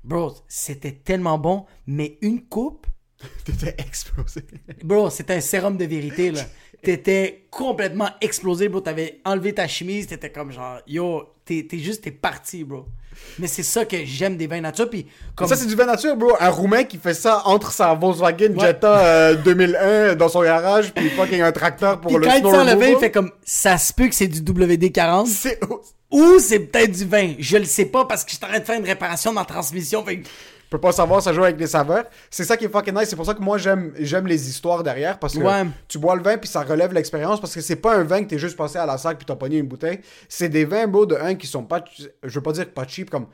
Speaker 3: Bro, c'était tellement bon, mais une coupe,
Speaker 2: (laughs) T'étais explosé.
Speaker 3: Bro, c'était un sérum de vérité, là. T'étais complètement explosé, bro. T'avais enlevé ta chemise, t'étais comme genre, yo, t'es t'es juste, t'es parti, bro. Mais c'est ça que j'aime des vins nature, puis comme...
Speaker 2: Ça, c'est du vin nature, bro. Un Roumain qui fait ça entre sa Volkswagen
Speaker 3: Ouais.
Speaker 2: Jetta euh, 2001 dans son garage, puis fucking un tracteur pour
Speaker 3: Puis
Speaker 2: le
Speaker 3: quand il
Speaker 2: snow
Speaker 3: sort le vin, il
Speaker 2: removal.
Speaker 3: fait comme, ça se peut que c'est du WD-40,
Speaker 2: C'est
Speaker 3: ou c'est peut-être du vin. Je le sais pas, parce que je suis en train de faire une réparation dans la transmission, fait que-
Speaker 2: Je peux pas savoir, ça joue avec des saveurs. C'est ça qui est fucking nice. C'est pour ça que moi, j'aime, j'aime les histoires derrière parce que
Speaker 3: Ouais.
Speaker 2: tu bois le vin puis ça relève l'expérience parce que c'est pas un vin que t'es juste passé à la sac puis t'as pogné une bouteille. C'est des vins, bro, de un qui sont pas, je veux pas dire pas cheap, comme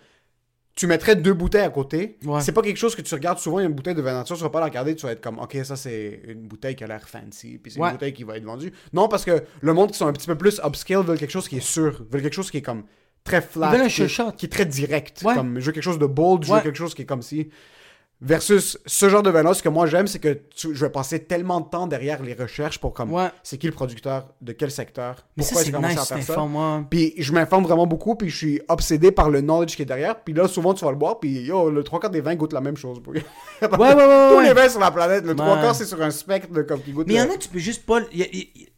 Speaker 2: tu mettrais deux bouteilles à côté.
Speaker 3: Ouais.
Speaker 2: C'est pas quelque chose que tu regardes souvent, une bouteille de vin nature, tu vas pas la regarder, tu vas être comme, ok, ça c'est une bouteille qui a l'air fancy puis c'est
Speaker 3: Ouais.
Speaker 2: une bouteille qui va être vendue. Non, parce que le monde qui sont un petit peu plus upscale veut quelque chose qui est sûr, veut quelque chose qui est comme très flat,
Speaker 3: Ils veulent un
Speaker 2: qui,
Speaker 3: shot.
Speaker 2: qui est très direct.
Speaker 3: Ouais.
Speaker 2: Comme, je veux quelque chose de bold, je veux
Speaker 3: Ouais.
Speaker 2: quelque chose qui est comme si. Versus ce genre de vin ce que moi j'aime, c'est que tu- je vais passer tellement de temps derrière les recherches pour comme
Speaker 3: Ouais.
Speaker 2: c'est qui le producteur, de quel secteur,
Speaker 3: Mais
Speaker 2: pourquoi
Speaker 3: ça,
Speaker 2: j'ai
Speaker 3: c'est
Speaker 2: commencé
Speaker 3: nice,
Speaker 2: à
Speaker 3: cette
Speaker 2: faire ça.
Speaker 3: informe
Speaker 2: Puis je m'informe vraiment beaucoup, puis je suis obsédé par le knowledge qui est derrière. Puis là, souvent, tu vas le boire, puis yo, le trois quarts des vins goûtent la même chose. bro. (laughs)
Speaker 3: ouais, ouais,
Speaker 2: Tous
Speaker 3: ouais.
Speaker 2: les vins sur la planète, le trois
Speaker 3: Ouais.
Speaker 2: quarts, c'est sur un spectre de comme qui goûte.
Speaker 3: Mais il y
Speaker 2: le-
Speaker 3: en a, tu peux juste pas. y a- y- y-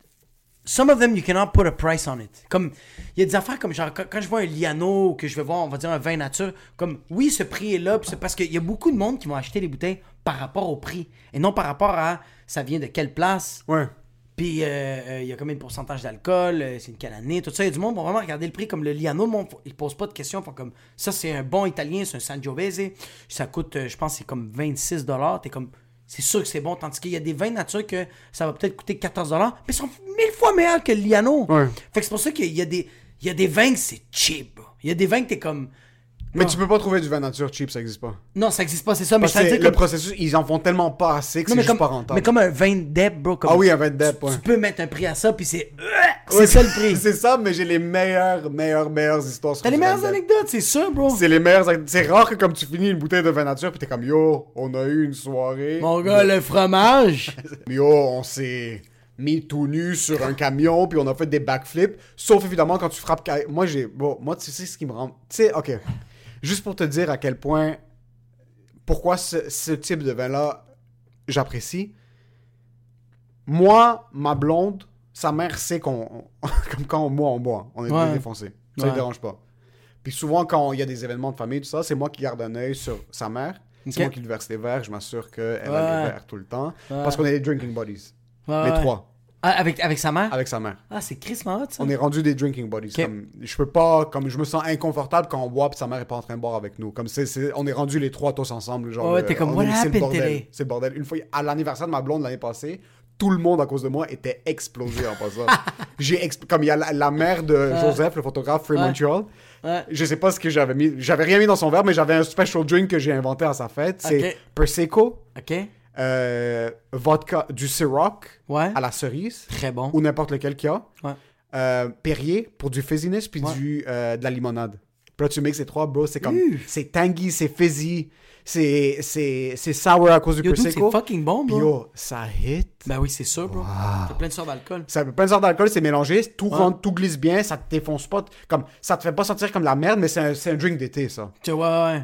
Speaker 3: Some of them, you cannot put a price on it. Comme, il y a des affaires comme genre, quand, quand je vois un Liano ou que je vais voir, on va dire un vin nature, comme, oui, ce prix est là, pis c'est parce qu'il y a beaucoup de monde qui vont acheter les bouteilles par rapport au prix et non par rapport à ça vient de quelle place,
Speaker 2: Ouais.
Speaker 3: puis euh, euh, il y a combien de pourcentage d'alcool, euh, c'est une quelle année, tout ça. Il y a du monde qui va vraiment regarder le prix comme le Liano, mon, faut- ils posent pas de questions. font comme ça, c'est un bon italien, c'est un Sangiovese. Ça coûte, euh, je pense, c'est comme 26 dollars. T'es comme, c'est sûr que c'est bon. Tandis qu'il y a des vins nature que ça va peut-être coûter 14 dollars, mais ils sont mille fois meilleurs que le Liano.
Speaker 2: Ouais.
Speaker 3: Fait que c'est pour ça qu'il y a des, il y a des vins que c'est cheap. Il y a des vins que t'es comme,
Speaker 2: Mais tu peux pas trouver du vin nature cheap, ça existe pas.
Speaker 3: non, ça existe pas, c'est ça, mais
Speaker 2: Parce
Speaker 3: je t'en
Speaker 2: que
Speaker 3: dis
Speaker 2: le
Speaker 3: comme.
Speaker 2: processus, ils en font tellement pas assez que
Speaker 3: Non,
Speaker 2: c'est
Speaker 3: mais
Speaker 2: juste
Speaker 3: comme,
Speaker 2: pas rentable.
Speaker 3: mais comme un vin d'Eb, bro. Comme
Speaker 2: Ah oui, un vin de
Speaker 3: tu-
Speaker 2: Depp, ouais.
Speaker 3: Tu peux mettre un prix à ça, puis c'est. euh, C'est
Speaker 2: Ouais,
Speaker 3: ça le prix.
Speaker 2: c'est ça, mais j'ai les meilleures, meilleures, meilleures histoires. sur
Speaker 3: T'as les
Speaker 2: du
Speaker 3: meilleures
Speaker 2: Red Dead.
Speaker 3: anecdotes, c'est sûr, bro.
Speaker 2: C'est les meilleures. anecdotes. C'est rare que comme tu finis une bouteille de vin nature puis t'es comme yo, on a eu une soirée.
Speaker 3: Mon gars,
Speaker 2: (laughs)
Speaker 3: le fromage.
Speaker 2: Yo, on s'est mis tout nu sur un camion puis on a fait des backflips. Sauf évidemment quand tu frappes. ca- Moi j'ai bon, moi tu sais ce qui me rend. Tu sais, ok. Juste pour te dire à quel point pourquoi ce, ce type de vin là j'apprécie. Moi, ma blonde, sa mère sait qu'on. (laughs) Comme quand on boit, on boit. On est
Speaker 3: Ouais.
Speaker 2: défoncé. Ça ne
Speaker 3: Ouais.
Speaker 2: dérange pas. Puis souvent, quand il y a des événements de famille, tout ça, c'est moi qui garde un œil sur sa mère.
Speaker 3: Ok.
Speaker 2: C'est moi qui lui verse les verres. Je m'assure qu'elle
Speaker 3: Ouais.
Speaker 2: a les verres tout le temps. Parce qu'on est des drinking buddies.
Speaker 3: Ouais,
Speaker 2: les
Speaker 3: ouais.
Speaker 2: trois.
Speaker 3: Ah, avec, avec sa mère?
Speaker 2: Avec sa mère.
Speaker 3: Ah, c'est Chris Marat, ça.
Speaker 2: On est rendu des drinking buddies.
Speaker 3: Ok.
Speaker 2: Comme, je peux pas. Comme je me sens inconfortable quand on boit puis sa mère est pas en train de boire avec nous. Comme c'est, c'est- on est rendu les trois tous ensemble. Genre,
Speaker 3: Ouais,
Speaker 2: le-
Speaker 3: t'es comme,
Speaker 2: on
Speaker 3: what
Speaker 2: est- c'est le
Speaker 3: happened
Speaker 2: bordel.
Speaker 3: today?
Speaker 2: C'est le bordel. Une fois, à l'anniversaire de ma blonde l'année passée, tout le monde à cause de moi était explosé en
Speaker 3: (laughs)
Speaker 2: passant. J'ai expl- Comme il y a la, la mère de Joseph, le photographe Free
Speaker 3: Ouais.
Speaker 2: Montreal.
Speaker 3: Ouais.
Speaker 2: Je sais pas ce que j'avais mis. J'avais rien mis dans son verre, mais j'avais un special drink que j'ai inventé à sa fête. C'est
Speaker 3: Ok.
Speaker 2: Prosecco,
Speaker 3: OK.
Speaker 2: euh, vodka, du Ciroc
Speaker 3: Ouais.
Speaker 2: à la cerise
Speaker 3: Très bon.
Speaker 2: ou n'importe lequel qu'il y a.
Speaker 3: Ouais.
Speaker 2: Euh, Perrier pour du fizziness puis
Speaker 3: Ouais.
Speaker 2: du, euh, de la limonade. Puis là, tu mixes ces trois, bro. C'est comme.
Speaker 3: Ouh.
Speaker 2: C'est tangy, c'est fizzy, c'est c'est- c'est sour à cause du
Speaker 3: Yo, dude,
Speaker 2: Prosecco.
Speaker 3: c'est fucking bon,
Speaker 2: Puis
Speaker 3: bro.
Speaker 2: yo, ça hit.
Speaker 3: Ben oui, c'est sûr, bro. T'as plein de sortes d'alcool.
Speaker 2: Ça peut plein de sortes d'alcool, c'est mélangé, tout rentre, tout glisse bien, ça te défonce pas. Comme, ça te fait pas sentir comme la merde, mais c'est un, c'est un drink d'été, ça.
Speaker 3: Tu vois, ouais, ouais.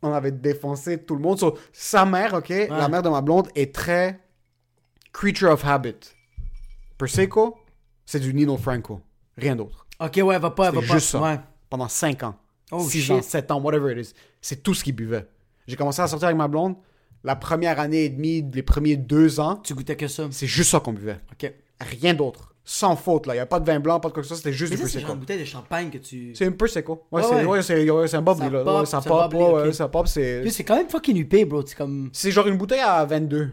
Speaker 2: on avait défoncé tout le monde. So, sa mère, ok, la mère de ma blonde est très creature of habit. Prosecco, c'est du Nino Franco, rien d'autre.
Speaker 3: OK, ouais, va pas, va pas.
Speaker 2: C'est juste ça.
Speaker 3: Ouais.
Speaker 2: Pendant 5 ans,
Speaker 3: Oh,
Speaker 2: 6
Speaker 3: shit.
Speaker 2: ans, 7 ans, whatever it is. C'est tout ce qu'il buvait. J'ai commencé à sortir avec ma blonde la première année et demie, les premiers 2 ans,
Speaker 3: Tu goûtais que ça.
Speaker 2: c'est juste ça qu'on buvait.
Speaker 3: OK.
Speaker 2: Rien d'autre. Sans faute, là. Il n'y a pas de vin blanc, pas de quoi que ce soit, c'était juste
Speaker 3: Mais
Speaker 2: du
Speaker 3: ça, c'est genre
Speaker 2: Prosecco.
Speaker 3: une bouteille de champagne que tu...
Speaker 2: C'est un Prosecco. Ouais,
Speaker 3: Ah
Speaker 2: c'est
Speaker 3: ouais.
Speaker 2: ouais, c'est- ouais, c'est un bob,
Speaker 3: Ça
Speaker 2: là.
Speaker 3: pop,
Speaker 2: Ouais, ça
Speaker 3: c'est un
Speaker 2: pop,
Speaker 3: bubbly,
Speaker 2: ouais,
Speaker 3: ok.
Speaker 2: ouais, ça pop, c'est.
Speaker 3: Puis C'est quand même fucking huppé, bro. C'est comme...
Speaker 2: C'est genre une bouteille à 22.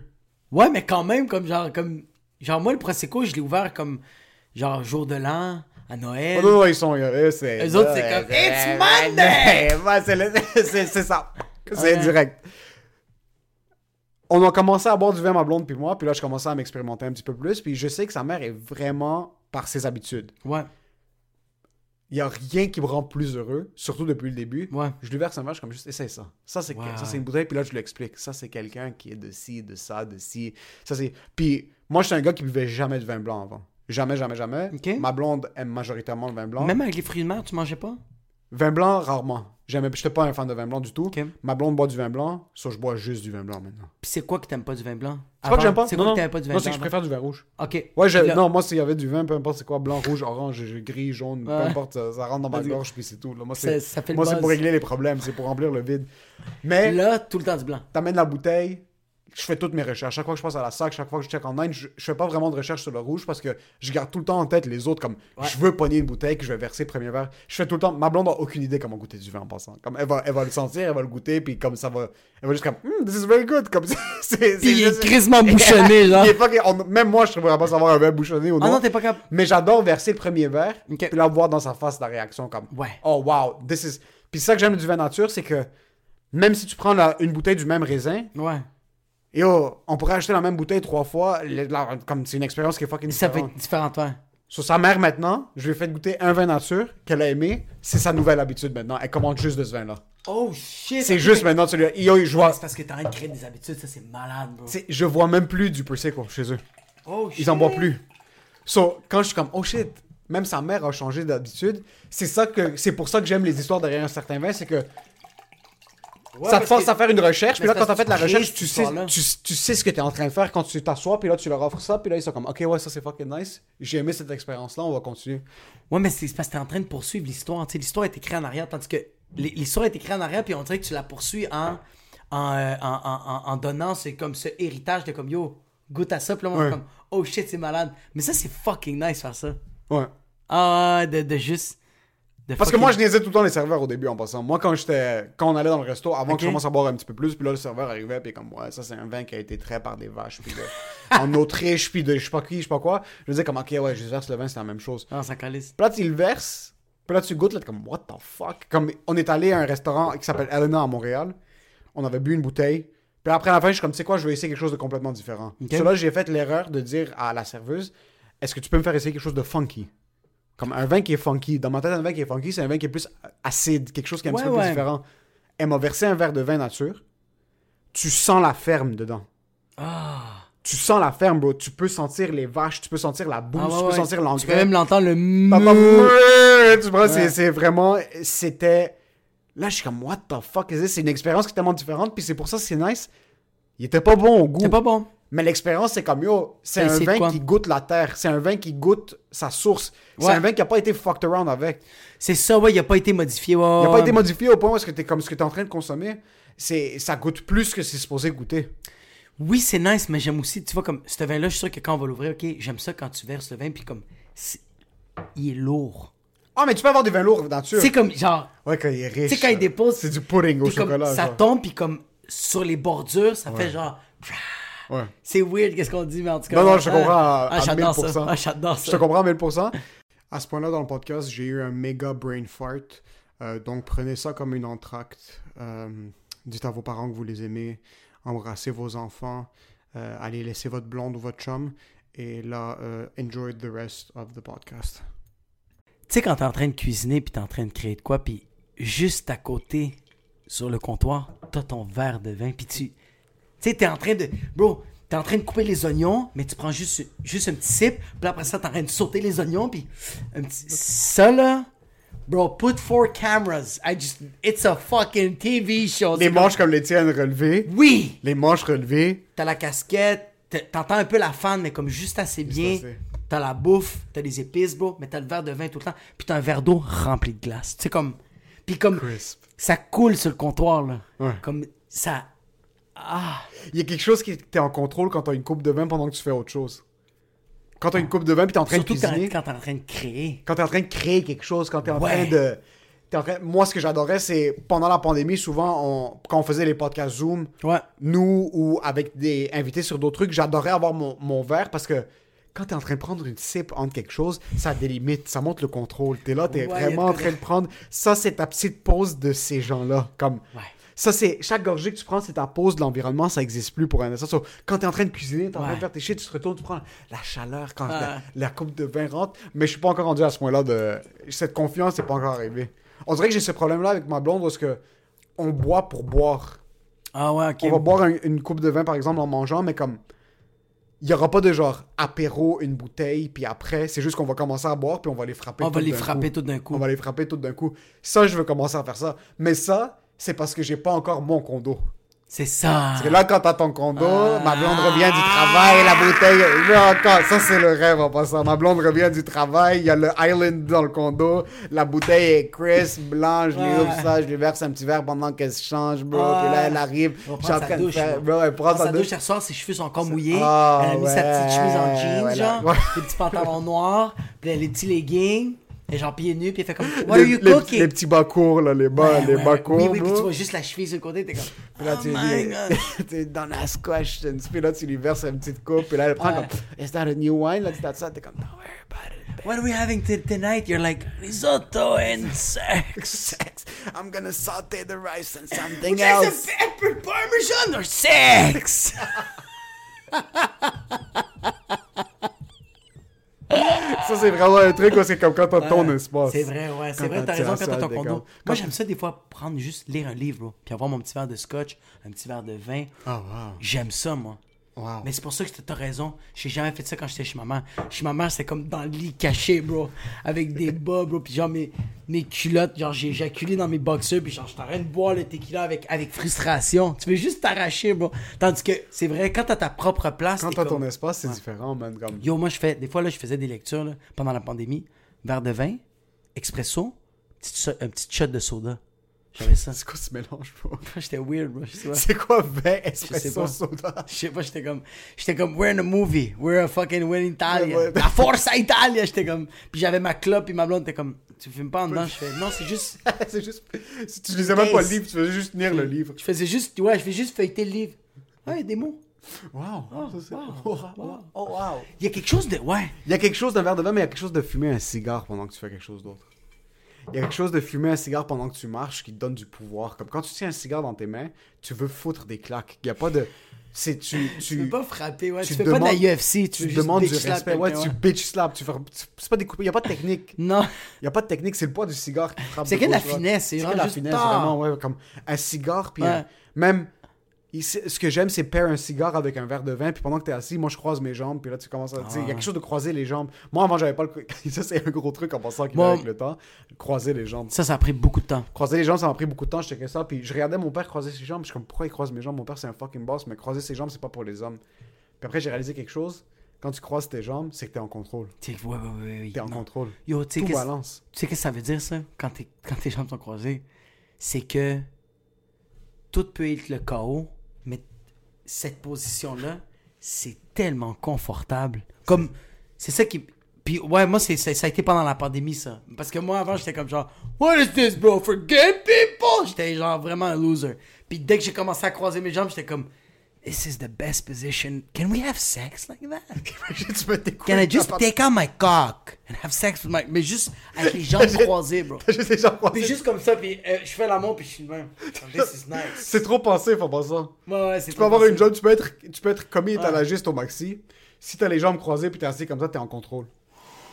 Speaker 3: Ouais, mais quand même, comme genre... comme Genre, moi, le Prosecco, je l'ai ouvert comme... Genre, jour de l'an, à Noël.
Speaker 2: Oh non, non, ils sont. euh, c'est-
Speaker 3: Eux autres, c'est
Speaker 2: euh,
Speaker 3: comme,
Speaker 2: euh,
Speaker 3: It's
Speaker 2: euh,
Speaker 3: Monday!
Speaker 2: euh, (laughs) ouais, c'est le- c'est- c'est ça. C'est
Speaker 3: Ouais.
Speaker 2: direct. On a commencé à boire du vin, ma blonde puis moi, puis là, je commençais à m'expérimenter un petit peu plus, puis je sais que sa mère est vraiment par ses habitudes.
Speaker 3: Ouais.
Speaker 2: Il n'y a rien qui me rend plus heureux, surtout depuis le début.
Speaker 3: Ouais.
Speaker 2: Je lui verse un verre, je suis comme juste, essaye ça. Ça, c'est
Speaker 3: Wow.
Speaker 2: ça, c'est une bouteille, puis là, je lui explique. Ça, c'est quelqu'un qui est de ci, de ça, de ci. Ça, c'est. Puis moi, je suis un gars qui buvait jamais de vin blanc avant. Jamais, jamais, jamais.
Speaker 3: Ok.
Speaker 2: Ma blonde aime majoritairement le vin blanc.
Speaker 3: Même avec les fruits de mer, tu mangeais pas?
Speaker 2: Vin blanc, rarement. J'aimais- J'étais pas un fan de vin blanc du tout.
Speaker 3: Ok.
Speaker 2: Ma blonde boit du vin blanc, ça je bois juste du vin blanc maintenant.
Speaker 3: Puis c'est quoi que t'aimes pas du vin blanc
Speaker 2: C'est pas que j'aime pas.
Speaker 3: C'est
Speaker 2: non,
Speaker 3: quoi
Speaker 2: non.
Speaker 3: que t'aimes pas du vin
Speaker 2: Moi, c'est
Speaker 3: blanc
Speaker 2: que je préfère du vin rouge.
Speaker 3: avant? Ok.
Speaker 2: Ouais, je-
Speaker 3: Puis là-
Speaker 2: non, moi, s'il y avait du vin, peu importe c'est quoi, blanc, rouge, orange, gris, jaune, peu
Speaker 3: Ouais.
Speaker 2: importe, ça, ça rentre dans ma
Speaker 3: Vas-y.
Speaker 2: gorge, puis c'est tout. là. Moi,
Speaker 3: Ça-
Speaker 2: c'est
Speaker 3: ça fait le
Speaker 2: moi, c'est
Speaker 3: buzz.
Speaker 2: pour régler les problèmes, c'est pour remplir le vide. Mais
Speaker 3: Là, tout le temps du blanc.
Speaker 2: t'amènes la bouteille, je fais toutes mes recherches. Chaque fois que je passe à la sac, chaque fois que je check online, je, je fais pas vraiment de recherche sur le rouge parce que je garde tout le temps en tête les autres. Comme
Speaker 3: Ouais.
Speaker 2: je veux pogner une bouteille que je vais verser premier verre. Je fais tout le temps. Ma blonde a aucune idée comment goûter du vin en passant. Comme elle va, elle va le sentir, elle va le goûter, puis comme ça va. Elle va juste comme Hmm, This is very good. Comme (laughs) c'est- c'est. c'est
Speaker 3: Puis il est
Speaker 2: juste-
Speaker 3: grisement bouchonné,
Speaker 2: (laughs)
Speaker 3: genre.
Speaker 2: Il est fucking- on- même moi, je trouverais pas savoir un vin bouchonné ou
Speaker 3: Ah
Speaker 2: non.
Speaker 3: non, t'es pas capable.
Speaker 2: Mais j'adore verser le premier verre,
Speaker 3: Ok.
Speaker 2: puis là voir dans sa face la réaction comme
Speaker 3: Ouais.
Speaker 2: Oh wow, this is. Puis ça que j'aime du vin nature, c'est que même si tu prends la- une bouteille du même raisin,
Speaker 3: Ouais.
Speaker 2: et oh, on pourrait acheter la même bouteille trois fois, le- la- comme c'est une expérience qui est fucking
Speaker 3: Ça peut
Speaker 2: différente.
Speaker 3: être différent, toi.
Speaker 2: Sur sa mère maintenant, je lui ai fait goûter un vin nature qu'elle a aimé, c'est sa nouvelle habitude maintenant. Elle commande juste de ce vin là.
Speaker 3: Oh shit.
Speaker 2: C'est juste maintenant celui-là. Yo, je vois,
Speaker 3: C'est parce que t'es en train de créer des habitudes, ça c'est malade, bro.
Speaker 2: c'est- je vois même plus du prosecco chez eux.
Speaker 3: Oh shit.
Speaker 2: Ils en boivent plus. So, quand je suis comme, oh shit, même sa mère a changé d'habitude, c'est ça que, c'est pour ça que j'aime les histoires derrière un certain vin, c'est que ça te
Speaker 3: parce
Speaker 2: force
Speaker 3: que-
Speaker 2: à faire une recherche, puis
Speaker 3: Mais
Speaker 2: là,
Speaker 3: c'est
Speaker 2: quand
Speaker 3: parce
Speaker 2: t'as fait
Speaker 3: que
Speaker 2: la
Speaker 3: tu hein. crées
Speaker 2: recherche,
Speaker 3: cette
Speaker 2: tu sais,
Speaker 3: histoire-là.
Speaker 2: tu, tu sais ce que t'es en train de faire quand tu t'assois, puis là, tu leur offres ça, puis là, ils sont comme, ok, ouais, ça c'est fucking nice, j'ai aimé cette expérience-là, on va continuer.
Speaker 3: Ouais, mais c'est c'est parce que t'es en train de poursuivre l'histoire. Tu sais, l'histoire est écrite en arrière, tandis que l'hi- l'histoire est écrite en arrière, puis on dirait que tu la poursuis en, en, euh, en, en- en- en donnant ce, comme ce héritage de comme yo, goûte à ça, puis là, on est
Speaker 2: Ouais.
Speaker 3: comme oh shit, c'est malade. Mais ça, c'est fucking nice faire ça.
Speaker 2: Ouais.
Speaker 3: Ah, ouais, de, de juste. de
Speaker 2: Parce que
Speaker 3: fucking-
Speaker 2: moi, je niaisais tout le temps les serveurs au début en passant. Moi, quand j'étais, quand on allait dans le resto, avant que je
Speaker 3: Ok.
Speaker 2: commence à boire un petit peu plus, puis là, le serveur arrivait, puis comme, ouais, ça, c'est un vin qui a été trait par des vaches, puis de- en Autriche, puis de je sais pas qui, je sais pas quoi. Je disais comme, ok, ouais, je verse le vin, c'est la même chose.
Speaker 3: Non, Ah, ça calisse.
Speaker 2: Puis là, tu le verses. Puis là, tu goûtes. Là, t'es comme, what the fuck? Comme, on est allé à un restaurant qui s'appelle Elena à Montréal. On avait bu une bouteille. Puis après, à la fin, je suis comme, tu sais quoi, je vais essayer quelque chose de complètement différent.
Speaker 3: Ok.
Speaker 2: Cela, j'ai fait l'erreur de dire à la serveuse, est-ce que tu peux me faire essayer quelque chose de funky? Comme un vin qui est funky. Dans ma tête, un vin qui est funky, c'est un vin qui est plus acide, quelque chose qui est un
Speaker 3: Ouais,
Speaker 2: petit peu
Speaker 3: ouais.
Speaker 2: plus différent. Elle m'a versé un verre de vin nature. Tu sens la ferme dedans.
Speaker 3: Ah.
Speaker 2: Tu sens la ferme, bro. Tu peux sentir les vaches, tu peux sentir la boue,
Speaker 3: Ah, ouais,
Speaker 2: tu peux
Speaker 3: ouais.
Speaker 2: sentir
Speaker 3: Tu peux
Speaker 2: l'engrais.
Speaker 3: même l'entendre le.
Speaker 2: Papa,
Speaker 3: meuh.
Speaker 2: meuh, tu vois, c'est-
Speaker 3: Ouais.
Speaker 2: c'est vraiment, c'était, là, je suis comme, what the fuck is this? C'est une expérience qui est tellement différente, puis c'est pour ça que c'est nice. Il était pas bon au goût.
Speaker 3: C'est pas bon.
Speaker 2: Mais l'expérience, c'est comme, yo, c'est
Speaker 3: T'as
Speaker 2: un
Speaker 3: essayé de
Speaker 2: vin
Speaker 3: quoi?
Speaker 2: qui goûte la terre. C'est un vin qui goûte sa source. C'est
Speaker 3: Ouais.
Speaker 2: un vin qui a pas été fucked around avec.
Speaker 3: C'est ça, ouais, il a pas été modifié. Ouais,
Speaker 2: Il a
Speaker 3: ouais,
Speaker 2: pas été
Speaker 3: ouais.
Speaker 2: modifié au point où est-ce que t'es comme ce que t'es en train de consommer. C'est, ça goûte plus que c'est supposé goûter.
Speaker 3: Oui, c'est nice, mais j'aime aussi, tu vois, comme ce vin-là, je suis sûr que quand on va l'ouvrir, ok, j'aime ça quand tu verses le vin, puis comme, c'est- il est lourd.
Speaker 2: Ah, mais tu peux avoir des vins lourds, dans sûr.
Speaker 3: C'est comme, genre,
Speaker 2: Ouais, quand il est riche.
Speaker 3: tu sais, quand il
Speaker 2: là.
Speaker 3: dépose.
Speaker 2: C'est du pudding au
Speaker 3: puis comme
Speaker 2: chocolat.
Speaker 3: Ça
Speaker 2: genre.
Speaker 3: tombe, puis comme, sur les bordures, ça fait genre.
Speaker 2: Ouais.
Speaker 3: C'est weird, qu'est-ce qu'on dit, mais en tout cas.
Speaker 2: Non, non,
Speaker 3: ouais.
Speaker 2: je te comprends à,
Speaker 3: Ah,
Speaker 2: à
Speaker 3: j'adore
Speaker 2: 1000%.
Speaker 3: ça. Ah, j'adore ça.
Speaker 2: Je te comprends à 1000%. À ce point-là, dans le podcast, j'ai eu un méga brain fart. Euh, donc, prenez ça comme une entracte. Euh, dites à vos parents que vous les aimez. Embrassez vos enfants. Euh, allez laisser votre blonde ou votre chum. Et là, euh, enjoy the rest of the podcast.
Speaker 3: Tu sais, quand t'es en train de cuisiner, puis t'es en train de créer de quoi, puis juste à côté, sur le comptoir, t'as ton verre de vin, puis tu. Tu sais, t'es en train de. Bro, t'es en train de couper les oignons, mais tu prends juste, juste un petit sip, puis après ça, t'es en train de sauter les oignons, puis. Un petit. Ça, là. Bro, put four cameras. I just. It's a fucking TV show.
Speaker 2: Les
Speaker 3: C'est comme-
Speaker 2: manches comme les tiennes relevées.
Speaker 3: Oui!
Speaker 2: Les manches relevées.
Speaker 3: T'as la casquette, t'- t'entends un peu la fan, mais comme juste assez bien.
Speaker 2: assez.
Speaker 3: T'as la bouffe, t'as les épices, bro, mais t'as le verre de vin tout le temps. Puis t'as un verre d'eau rempli de glace. Tu sais, comme. Puis comme.
Speaker 2: Crisp.
Speaker 3: Ça coule sur le comptoir, là.
Speaker 2: Ouais.
Speaker 3: Comme ça.
Speaker 2: Il y a quelque chose qui t'es en contrôle quand t'as une coupe de vin pendant que tu fais autre chose. Quand t'as une coupe de vin puis t'es en train
Speaker 3: Surtout
Speaker 2: de
Speaker 3: quand
Speaker 2: cuisiner.
Speaker 3: quand t'es en train de créer.
Speaker 2: quand t'es en train de créer quelque chose, quand t'es en
Speaker 3: Ouais.
Speaker 2: train de. t'es en train- Moi, ce que j'adorais, c'est pendant la pandémie, souvent, on- quand on faisait les podcasts Zoom,
Speaker 3: Ouais.
Speaker 2: nous ou avec des invités sur d'autres trucs, j'adorais avoir mon, mon verre parce que quand t'es en train de prendre une sip entre quelque chose, ça délimite, ça montre le contrôle. T'es là, t'es
Speaker 3: Ouais,
Speaker 2: vraiment
Speaker 3: y a
Speaker 2: en
Speaker 3: de-
Speaker 2: train de prendre. Ça, c'est ta petite pause de ces gens-là. Comme.
Speaker 3: Ouais.
Speaker 2: Ça, c'est chaque gorgée que tu prends, c'est ta pause de l'environnement, ça existe plus pour un instant. So, quand tu es en train de cuisiner, tu en train
Speaker 3: Ouais.
Speaker 2: de faire tes shit, tu te retournes, tu prends la chaleur quand la,
Speaker 3: Ah.
Speaker 2: la coupe de vin rentre. Mais je suis pas encore rendu à ce point-là de. Cette confiance n'est pas encore arrivée. On dirait que j'ai ce problème-là avec ma blonde parce que on boit pour boire.
Speaker 3: Ah ouais, ok.
Speaker 2: On va boire un- une coupe de vin, par exemple, en mangeant, mais comme. Il n'y aura pas de genre apéro, une bouteille, puis après, c'est juste qu'on va commencer à boire, puis on va les frapper
Speaker 3: On va
Speaker 2: toutes
Speaker 3: les
Speaker 2: d'un
Speaker 3: frapper
Speaker 2: coup.
Speaker 3: tout d'un coup.
Speaker 2: On va les frapper toutes d'un coup. Ça, je veux commencer à faire ça. Mais ça, c'est parce que j'ai pas encore mon condo.
Speaker 3: C'est ça.
Speaker 2: Parce que là, quand t'as ton condo,
Speaker 3: Ah.
Speaker 2: ma blonde revient du travail, la bouteille. Là encore, ça c'est le rêve en passant. Ma blonde revient du travail, il y a le island dans le condo, la bouteille est crisp, blanche, je lui ouvre ça, je lui verse un petit verre pendant qu'elle se change, bro.
Speaker 3: Ouais.
Speaker 2: Puis là, elle arrive,
Speaker 3: Ah. On va
Speaker 2: je suis en
Speaker 3: prendre sa
Speaker 2: train de
Speaker 3: douche,
Speaker 2: faire.
Speaker 3: là.
Speaker 2: Bro, elle prend
Speaker 3: Prends
Speaker 2: sa douche.
Speaker 3: elle sort, ses cheveux sont encore mouillés.
Speaker 2: Ah,
Speaker 3: elle a mis sa
Speaker 2: ouais,
Speaker 3: petite chemise en jeans,
Speaker 2: voilà.
Speaker 3: genre,
Speaker 2: Ouais.
Speaker 3: les petits pantalons noirs, puis elle a les petits leggings, et genre pieds nus, puis elle fait
Speaker 2: (laughs)
Speaker 3: comme What
Speaker 2: Les,
Speaker 3: are you
Speaker 2: les-
Speaker 3: cooking?
Speaker 2: les petits bas courts, là, les bas,
Speaker 3: Ouais,
Speaker 2: les
Speaker 3: ouais,
Speaker 2: bas
Speaker 3: ouais.
Speaker 2: courts.
Speaker 3: Oui, oui, puis
Speaker 2: bro.
Speaker 3: tu vois juste la cheville sur le côté, t'es comme.
Speaker 2: Puis là, (laughs)
Speaker 3: oh
Speaker 2: tu lui
Speaker 3: my
Speaker 2: dis,
Speaker 3: God.
Speaker 2: t'es dans la squash, t'es une- puis là, tu lui verses une petite coupe, puis là, elle prend
Speaker 3: Ouais.
Speaker 2: comme, is that a new wine? Là, tu t'as ça, t'es comme, don't worry about it.
Speaker 3: What are we having t- tonight? You're like risotto and sex.
Speaker 2: sex. I'm gonna saute the rice and something
Speaker 3: There's
Speaker 2: else.
Speaker 3: a pepper parmesan or sex.
Speaker 2: Ça, c'est vraiment un truc où c'est comme quand t'as ton espace.
Speaker 3: C'est vrai, ouais, c'est
Speaker 2: Quand
Speaker 3: vrai,
Speaker 2: t'as-
Speaker 3: t'as
Speaker 2: tu
Speaker 3: raison
Speaker 2: as
Speaker 3: quand
Speaker 2: ça,
Speaker 3: t'as ton
Speaker 2: t'es
Speaker 3: condo.
Speaker 2: comme-
Speaker 3: Moi,
Speaker 2: quand-
Speaker 3: j'aime ça des fois prendre juste lire un livre, bro, puis avoir mon petit verre de scotch, un petit verre de vin.
Speaker 2: Ah,
Speaker 3: J'aime ça, moi.
Speaker 2: Wow.
Speaker 3: Mais c'est pour ça que t'as- t'as raison. J'ai jamais fait ça quand j'étais chez maman. Chez maman, c'était comme dans le lit caché, bro. Avec (laughs) des bas, bro. Puis genre mes, mes culottes, genre j'ai éjaculé dans mes boxers. Puis genre, je t'arrête de boire le tequila avec, avec frustration. Tu veux juste t'arracher, bro. Tandis que c'est vrai, quand t'as ta propre place.
Speaker 2: Quand
Speaker 3: t'es
Speaker 2: t'as
Speaker 3: comme-
Speaker 2: ton espace, c'est différent, man. Comme...
Speaker 3: Yo, moi, je fais. Des fois, là, je faisais des lectures là, pendant la pandémie. Verre de vin, expresso, petite so- un petit shot de soda. J'avais ça.
Speaker 2: C'est quoi ce mélange, bro?
Speaker 3: (laughs) J'étais weird, bro. Je sais pas.
Speaker 2: C'est quoi vin, espresso,
Speaker 3: pas.
Speaker 2: soda?
Speaker 3: Je sais pas, j'étais comme, j'étais comme, we're in a movie, we're a fucking we're in Italia,
Speaker 2: Ouais, ouais.
Speaker 3: la Forza Italia, j'étais comme, puis j'avais ma clope puis ma blonde était comme, tu fumes pas en dedans, je fais, non c'est juste,
Speaker 2: (laughs) c'est juste. Si tu lisais même pas le
Speaker 3: Yes.
Speaker 2: livre, tu faisais juste tenir le livre.
Speaker 3: je faisais juste, ouais, je fais juste feuilleter le livre, ah il y a des mots,
Speaker 2: Wow. Ça, c'est-
Speaker 3: wow,
Speaker 2: Oh,
Speaker 3: wow.
Speaker 2: oh, (laughs) wow.
Speaker 3: il y a quelque chose de, ouais,
Speaker 2: Il y a quelque chose d'un verre de vin, mais il y a quelque chose de fumer un cigare pendant que tu fais quelque chose d'autre. Il y a quelque chose de fumer un cigare pendant que tu marches qui te donne du pouvoir. Comme quand tu tiens un cigare dans tes mains, tu veux foutre des claques. Il n'y a pas de. C'est tu.
Speaker 3: tu
Speaker 2: Tu
Speaker 3: peux pas frapper, ouais, tu,
Speaker 2: tu
Speaker 3: fais pas
Speaker 2: demandes-
Speaker 3: de la UFC, tu,
Speaker 2: tu
Speaker 3: veux juste
Speaker 2: demandes du
Speaker 3: bitch slap
Speaker 2: respect. Ouais,
Speaker 3: quelqu'un,
Speaker 2: tu bitch slap. Tu fais... tu- C'est pas découpé. Il n'y a pas de technique. Il
Speaker 3: non,
Speaker 2: n'y a pas de technique. C'est le poids du cigare qui frappe.
Speaker 3: C'est
Speaker 2: de
Speaker 3: que de la
Speaker 2: gauche, droite.
Speaker 3: finesse, c'est
Speaker 2: que de
Speaker 3: vraiment
Speaker 2: la
Speaker 3: juste
Speaker 2: finesse,
Speaker 3: tard.
Speaker 2: vraiment. Ouais, comme un cigare. Puis
Speaker 3: Ouais.
Speaker 2: un- même. il- c'est- Ce que j'aime, c'est pair un cigare avec un verre de vin, puis pendant que t'es assis, moi je croise mes jambes, puis là tu commences à. tu sais,
Speaker 3: Ah.
Speaker 2: Il y a quelque chose de croiser les jambes. Moi avant, j'avais pas le. (laughs) Ça, c'est un gros truc en pensant qu'il
Speaker 3: Moi-
Speaker 2: avec le temps. Croiser les jambes.
Speaker 3: ça ça a pris beaucoup de temps,
Speaker 2: Croiser les jambes, ça m'a pris beaucoup de temps, je checkais ça, puis je regardais mon père croiser ses jambes, je suis comme pourquoi il croise mes jambes Mon père c'est un fucking boss, mais croiser ses jambes c'est pas pour les hommes. Puis après j'ai réalisé quelque chose, quand tu croises tes jambes, c'est que t'es en contrôle.
Speaker 3: tu sais, ouais ouais ouais, ouais,
Speaker 2: T'es en
Speaker 3: non.
Speaker 2: contrôle.
Speaker 3: yo, tu sais
Speaker 2: Tout
Speaker 3: qu'est-ce- (laughs)
Speaker 2: balance.
Speaker 3: Tu sais qu'est-ce que ça veut dire, ça, quand, t'es- quand tes jambes sont croisées? C'est que tout peut être le chaos, mais cette position-là, c'est tellement confortable. Comme, c'est ça qui... Puis ouais, moi, c'est, c'est- ça a été pendant la pandémie, ça. Parce que moi, avant, j'étais comme genre, « What is this, bro? For gay people? » J'étais genre vraiment un loser. Puis dès que j'ai commencé à croiser mes jambes, j'étais comme, « This is the best position. Can we have sex like that? »
Speaker 2: tu peux t'écouter.
Speaker 3: Can I just take out my cock and have sex with my... Mais juste avec
Speaker 2: (laughs)
Speaker 3: les jambes croisées, bro.
Speaker 2: T'as juste (laughs) les jambes
Speaker 3: Puis
Speaker 2: croisées.
Speaker 3: juste comme ça, puis euh, je fais l'amour, puis je suis le même. Comme, This is nice.
Speaker 2: (laughs) C'est trop pensé, faut pas ça.
Speaker 3: Ouais, ouais, c'est
Speaker 2: Tu peux avoir une job, tu peux être, tu peux être commis et t'as la giste au maxi. Si t'as les jambes croisées puis t'es assis comme ça, t'es en contrôle.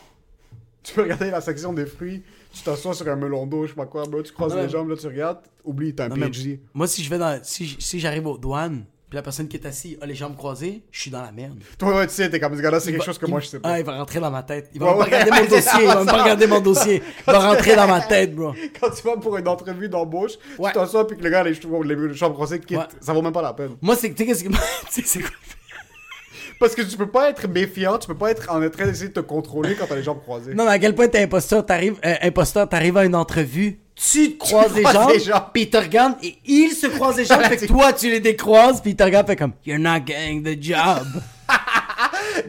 Speaker 2: (laughs) Tu peux regarder la section des fruits, tu t'assois sur un melon d'eau, je sais pas quoi, bro. Tu croises
Speaker 3: Non, mais-
Speaker 2: les jambes, là tu regardes, oublie, t'as un
Speaker 3: mais-
Speaker 2: PhD.
Speaker 3: Moi, si je vais dans... Si, j- si j'arrive aux douanes, puis la personne qui est assise a les jambes croisées, je suis dans la merde.
Speaker 2: Toi, ouais, tu sais, t'es comme ce gars-là, c'est quelque
Speaker 3: Bah,
Speaker 2: chose que
Speaker 3: il-
Speaker 2: moi je sais pas.
Speaker 3: Ah, il va rentrer dans ma tête. Il va
Speaker 2: Ouais,
Speaker 3: pas
Speaker 2: ouais, (laughs)
Speaker 3: regarder
Speaker 2: ouais,
Speaker 3: mon
Speaker 2: c'est
Speaker 3: dossier, il va
Speaker 2: ça.
Speaker 3: pas regarder mon dossier. Il va rentrer dans ma tête, bro.
Speaker 2: (laughs) Quand tu vas pour une entrevue d'embauche,
Speaker 3: Ouais.
Speaker 2: tu t'assois puis que le gars a les cheveux- les jambes croisées, quitte,
Speaker 3: Ouais.
Speaker 2: ça vaut même pas la peine.
Speaker 3: Moi, c'est... Tu sais qu'est-ce que... (laughs) tu sais, c'est quoi?
Speaker 2: Parce que tu peux pas être méfiant, tu peux pas être en train d'essayer de te contrôler quand t'as les jambes croisées.
Speaker 3: (laughs) Non, mais à quel point t'es imposteur, t'arrives, euh, imposteur, t'arrives à une entrevue, tu te croises les
Speaker 2: croises
Speaker 3: jambes,
Speaker 2: les jambes.
Speaker 3: puis ils te regardent, et ils se croisent les
Speaker 2: (laughs)
Speaker 3: jambes, fait que toi, tu les décroises, puis ils te regardent, fait comme, you're not getting
Speaker 2: (laughs)
Speaker 3: the job.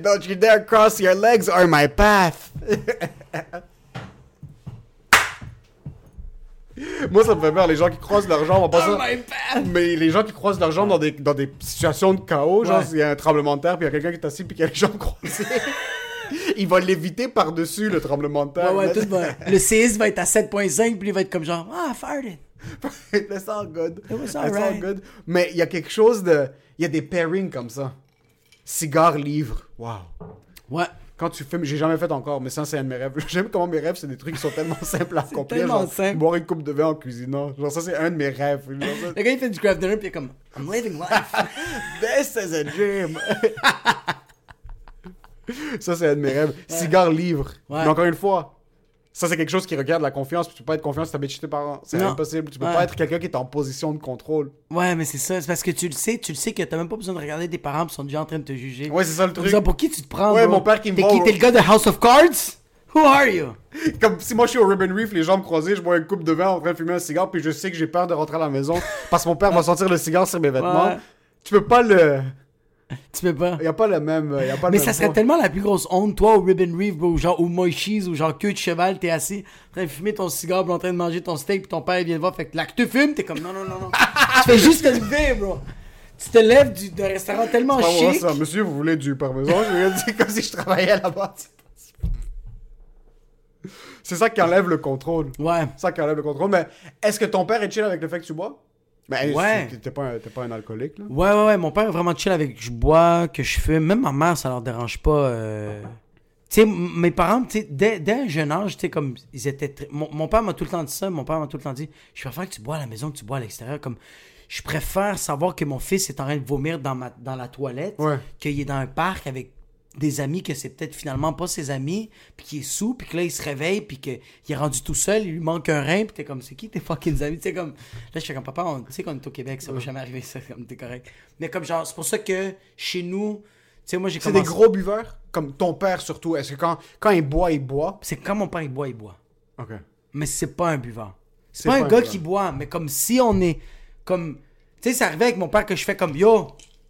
Speaker 2: Don't you dare cross your legs or my path. (laughs) Moi, ça me fait peur, les gens qui croisent leurs jambes en passant.
Speaker 3: my path.
Speaker 2: Mais les gens qui croisent leurs jambes dans des, dans des situations de chaos, genre
Speaker 3: Ouais.
Speaker 2: il y a un tremblement de terre, puis il y a quelqu'un qui est assis, puis qui a les jambes croisées. (laughs) il va l'éviter par-dessus le tremblement de
Speaker 3: Ouais,
Speaker 2: terre.
Speaker 3: ouais,
Speaker 2: Laisse-
Speaker 3: tout
Speaker 2: (laughs)
Speaker 3: va- Le séisme va être à 7.5, puis il va être comme genre, ah, I farted.
Speaker 2: Laisse ça en good.
Speaker 3: was
Speaker 2: Laisse ça en
Speaker 3: alright.
Speaker 2: good. Mais il y a quelque chose de. Il y a des pairings comme ça. Cigare, livre. Wow.
Speaker 3: Ouais.
Speaker 2: quand tu fumes, j'ai jamais fait encore, mais ça, c'est un de mes rêves. (laughs) J'aime comment mes rêves, c'est des trucs qui sont tellement (laughs) simples à accomplir.
Speaker 3: tellement
Speaker 2: genre,
Speaker 3: simple.
Speaker 2: Boire une coupe de vin en cuisinant. Genre, ça, c'est un de mes rêves. Genre, ça,
Speaker 3: (laughs) Le gars,
Speaker 2: (laughs)
Speaker 3: il fait du craft dinner, puis il est comme, I'm living life.
Speaker 2: This is a dream. (laughs) Ça, c'est un de mes rêves. Cigare livre.
Speaker 3: Ouais.
Speaker 2: Mais encore une fois, ça, c'est quelque chose qui regarde la confiance. puis Tu peux pas être confiant si t'as bitché tes parents. C'est
Speaker 3: Non.
Speaker 2: impossible. Tu peux
Speaker 3: Ouais.
Speaker 2: pas être quelqu'un qui est en position de contrôle.
Speaker 3: Ouais, mais c'est ça. C'est parce que tu le sais, tu le sais que t'as même pas besoin de regarder tes parents qui sont déjà en train de te juger.
Speaker 2: Ouais, c'est ça le truc.
Speaker 3: Genre, pour qui tu te prends
Speaker 2: Ouais,
Speaker 3: bro?
Speaker 2: mon père qui me
Speaker 3: T'es
Speaker 2: voit
Speaker 3: qui
Speaker 2: au-
Speaker 3: T'es le gars de House of Cards Who are you
Speaker 2: Comme si moi je suis au Ribbon Reef, les jambes croisées, je bois une coupe de vin en train de fumer un cigare, puis je sais que j'ai peur de rentrer à la maison parce que mon père va sentir le cigare sur mes vêtements.
Speaker 3: Ouais.
Speaker 2: Tu peux pas le.
Speaker 3: Tu peux pas.
Speaker 2: Y a pas le même. Y a pas le
Speaker 3: Mais
Speaker 2: même
Speaker 3: ça serait
Speaker 2: poids.
Speaker 3: tellement la plus grosse honte, toi, au Ribbon Reef, bro, genre, au Moishees, ou genre, queue de cheval, t'es assis, en train de fumer ton cigare, bro, en train de manger ton steak, puis ton père, il vient te voir, fait que là, que tu fumes, t'es comme, non, non, non, non. tu fais juste te lever, bro. Tu te lèves du- d'un restaurant tellement
Speaker 2: Pas vraiment
Speaker 3: chic.
Speaker 2: ça. Monsieur, vous voulez du parmesan Je lui ai dit comme si je travaillais à la base. C'est ça qui enlève le contrôle.
Speaker 3: Ouais.
Speaker 2: C'est ça qui enlève le contrôle. Mais est-ce que ton père est chill avec le fait que tu bois Ben,
Speaker 3: Ouais.
Speaker 2: tu- T'es pas, un- t'es pas un alcoolique, là.
Speaker 3: Ouais, ouais, ouais. Mon père est vraiment chill avec que je bois, que je fume. Même ma mère, ça leur dérange pas. euh. Tu sais, m- mes parents, tu sais, dès, dès un jeune âge, tu sais, comme ils étaient. très- Mon, mon père m'a tout le temps dit ça. Mon père m'a tout le temps dit Je préfère que tu bois à la maison que tu bois à l'extérieur. Comme je préfère savoir que mon fils est en train de vomir dans, ma, dans la toilette,
Speaker 2: Ouais.
Speaker 3: qu'il est dans un parc avec des amis que c'est peut-être finalement pas ses amis, puis qu'il est sous, puis que là il se réveille, puis qu'il est rendu tout seul, il lui manque un rein, puis t'es comme c'est qui tes fucking amis, tu sais comme là je fais comme papa, on- tu sais qu'on est au Québec, ça va jamais arriver ça, comme t'es correct. Mais comme genre c'est pour ça que chez nous, tu sais moi j'ai
Speaker 2: C'est
Speaker 3: commencé,
Speaker 2: des gros buveurs Comme ton père, surtout. Est-ce que quand, quand il boit, il boit
Speaker 3: c'est quand mon père il boit il boit,
Speaker 2: Ok.
Speaker 3: mais c'est pas un buvant, c'est
Speaker 2: C'est
Speaker 3: pas, un
Speaker 2: pas un
Speaker 3: gars
Speaker 2: buvant.
Speaker 3: qui boit, mais comme si on est comme tu sais ça arrivait avec mon père que je fais comme yo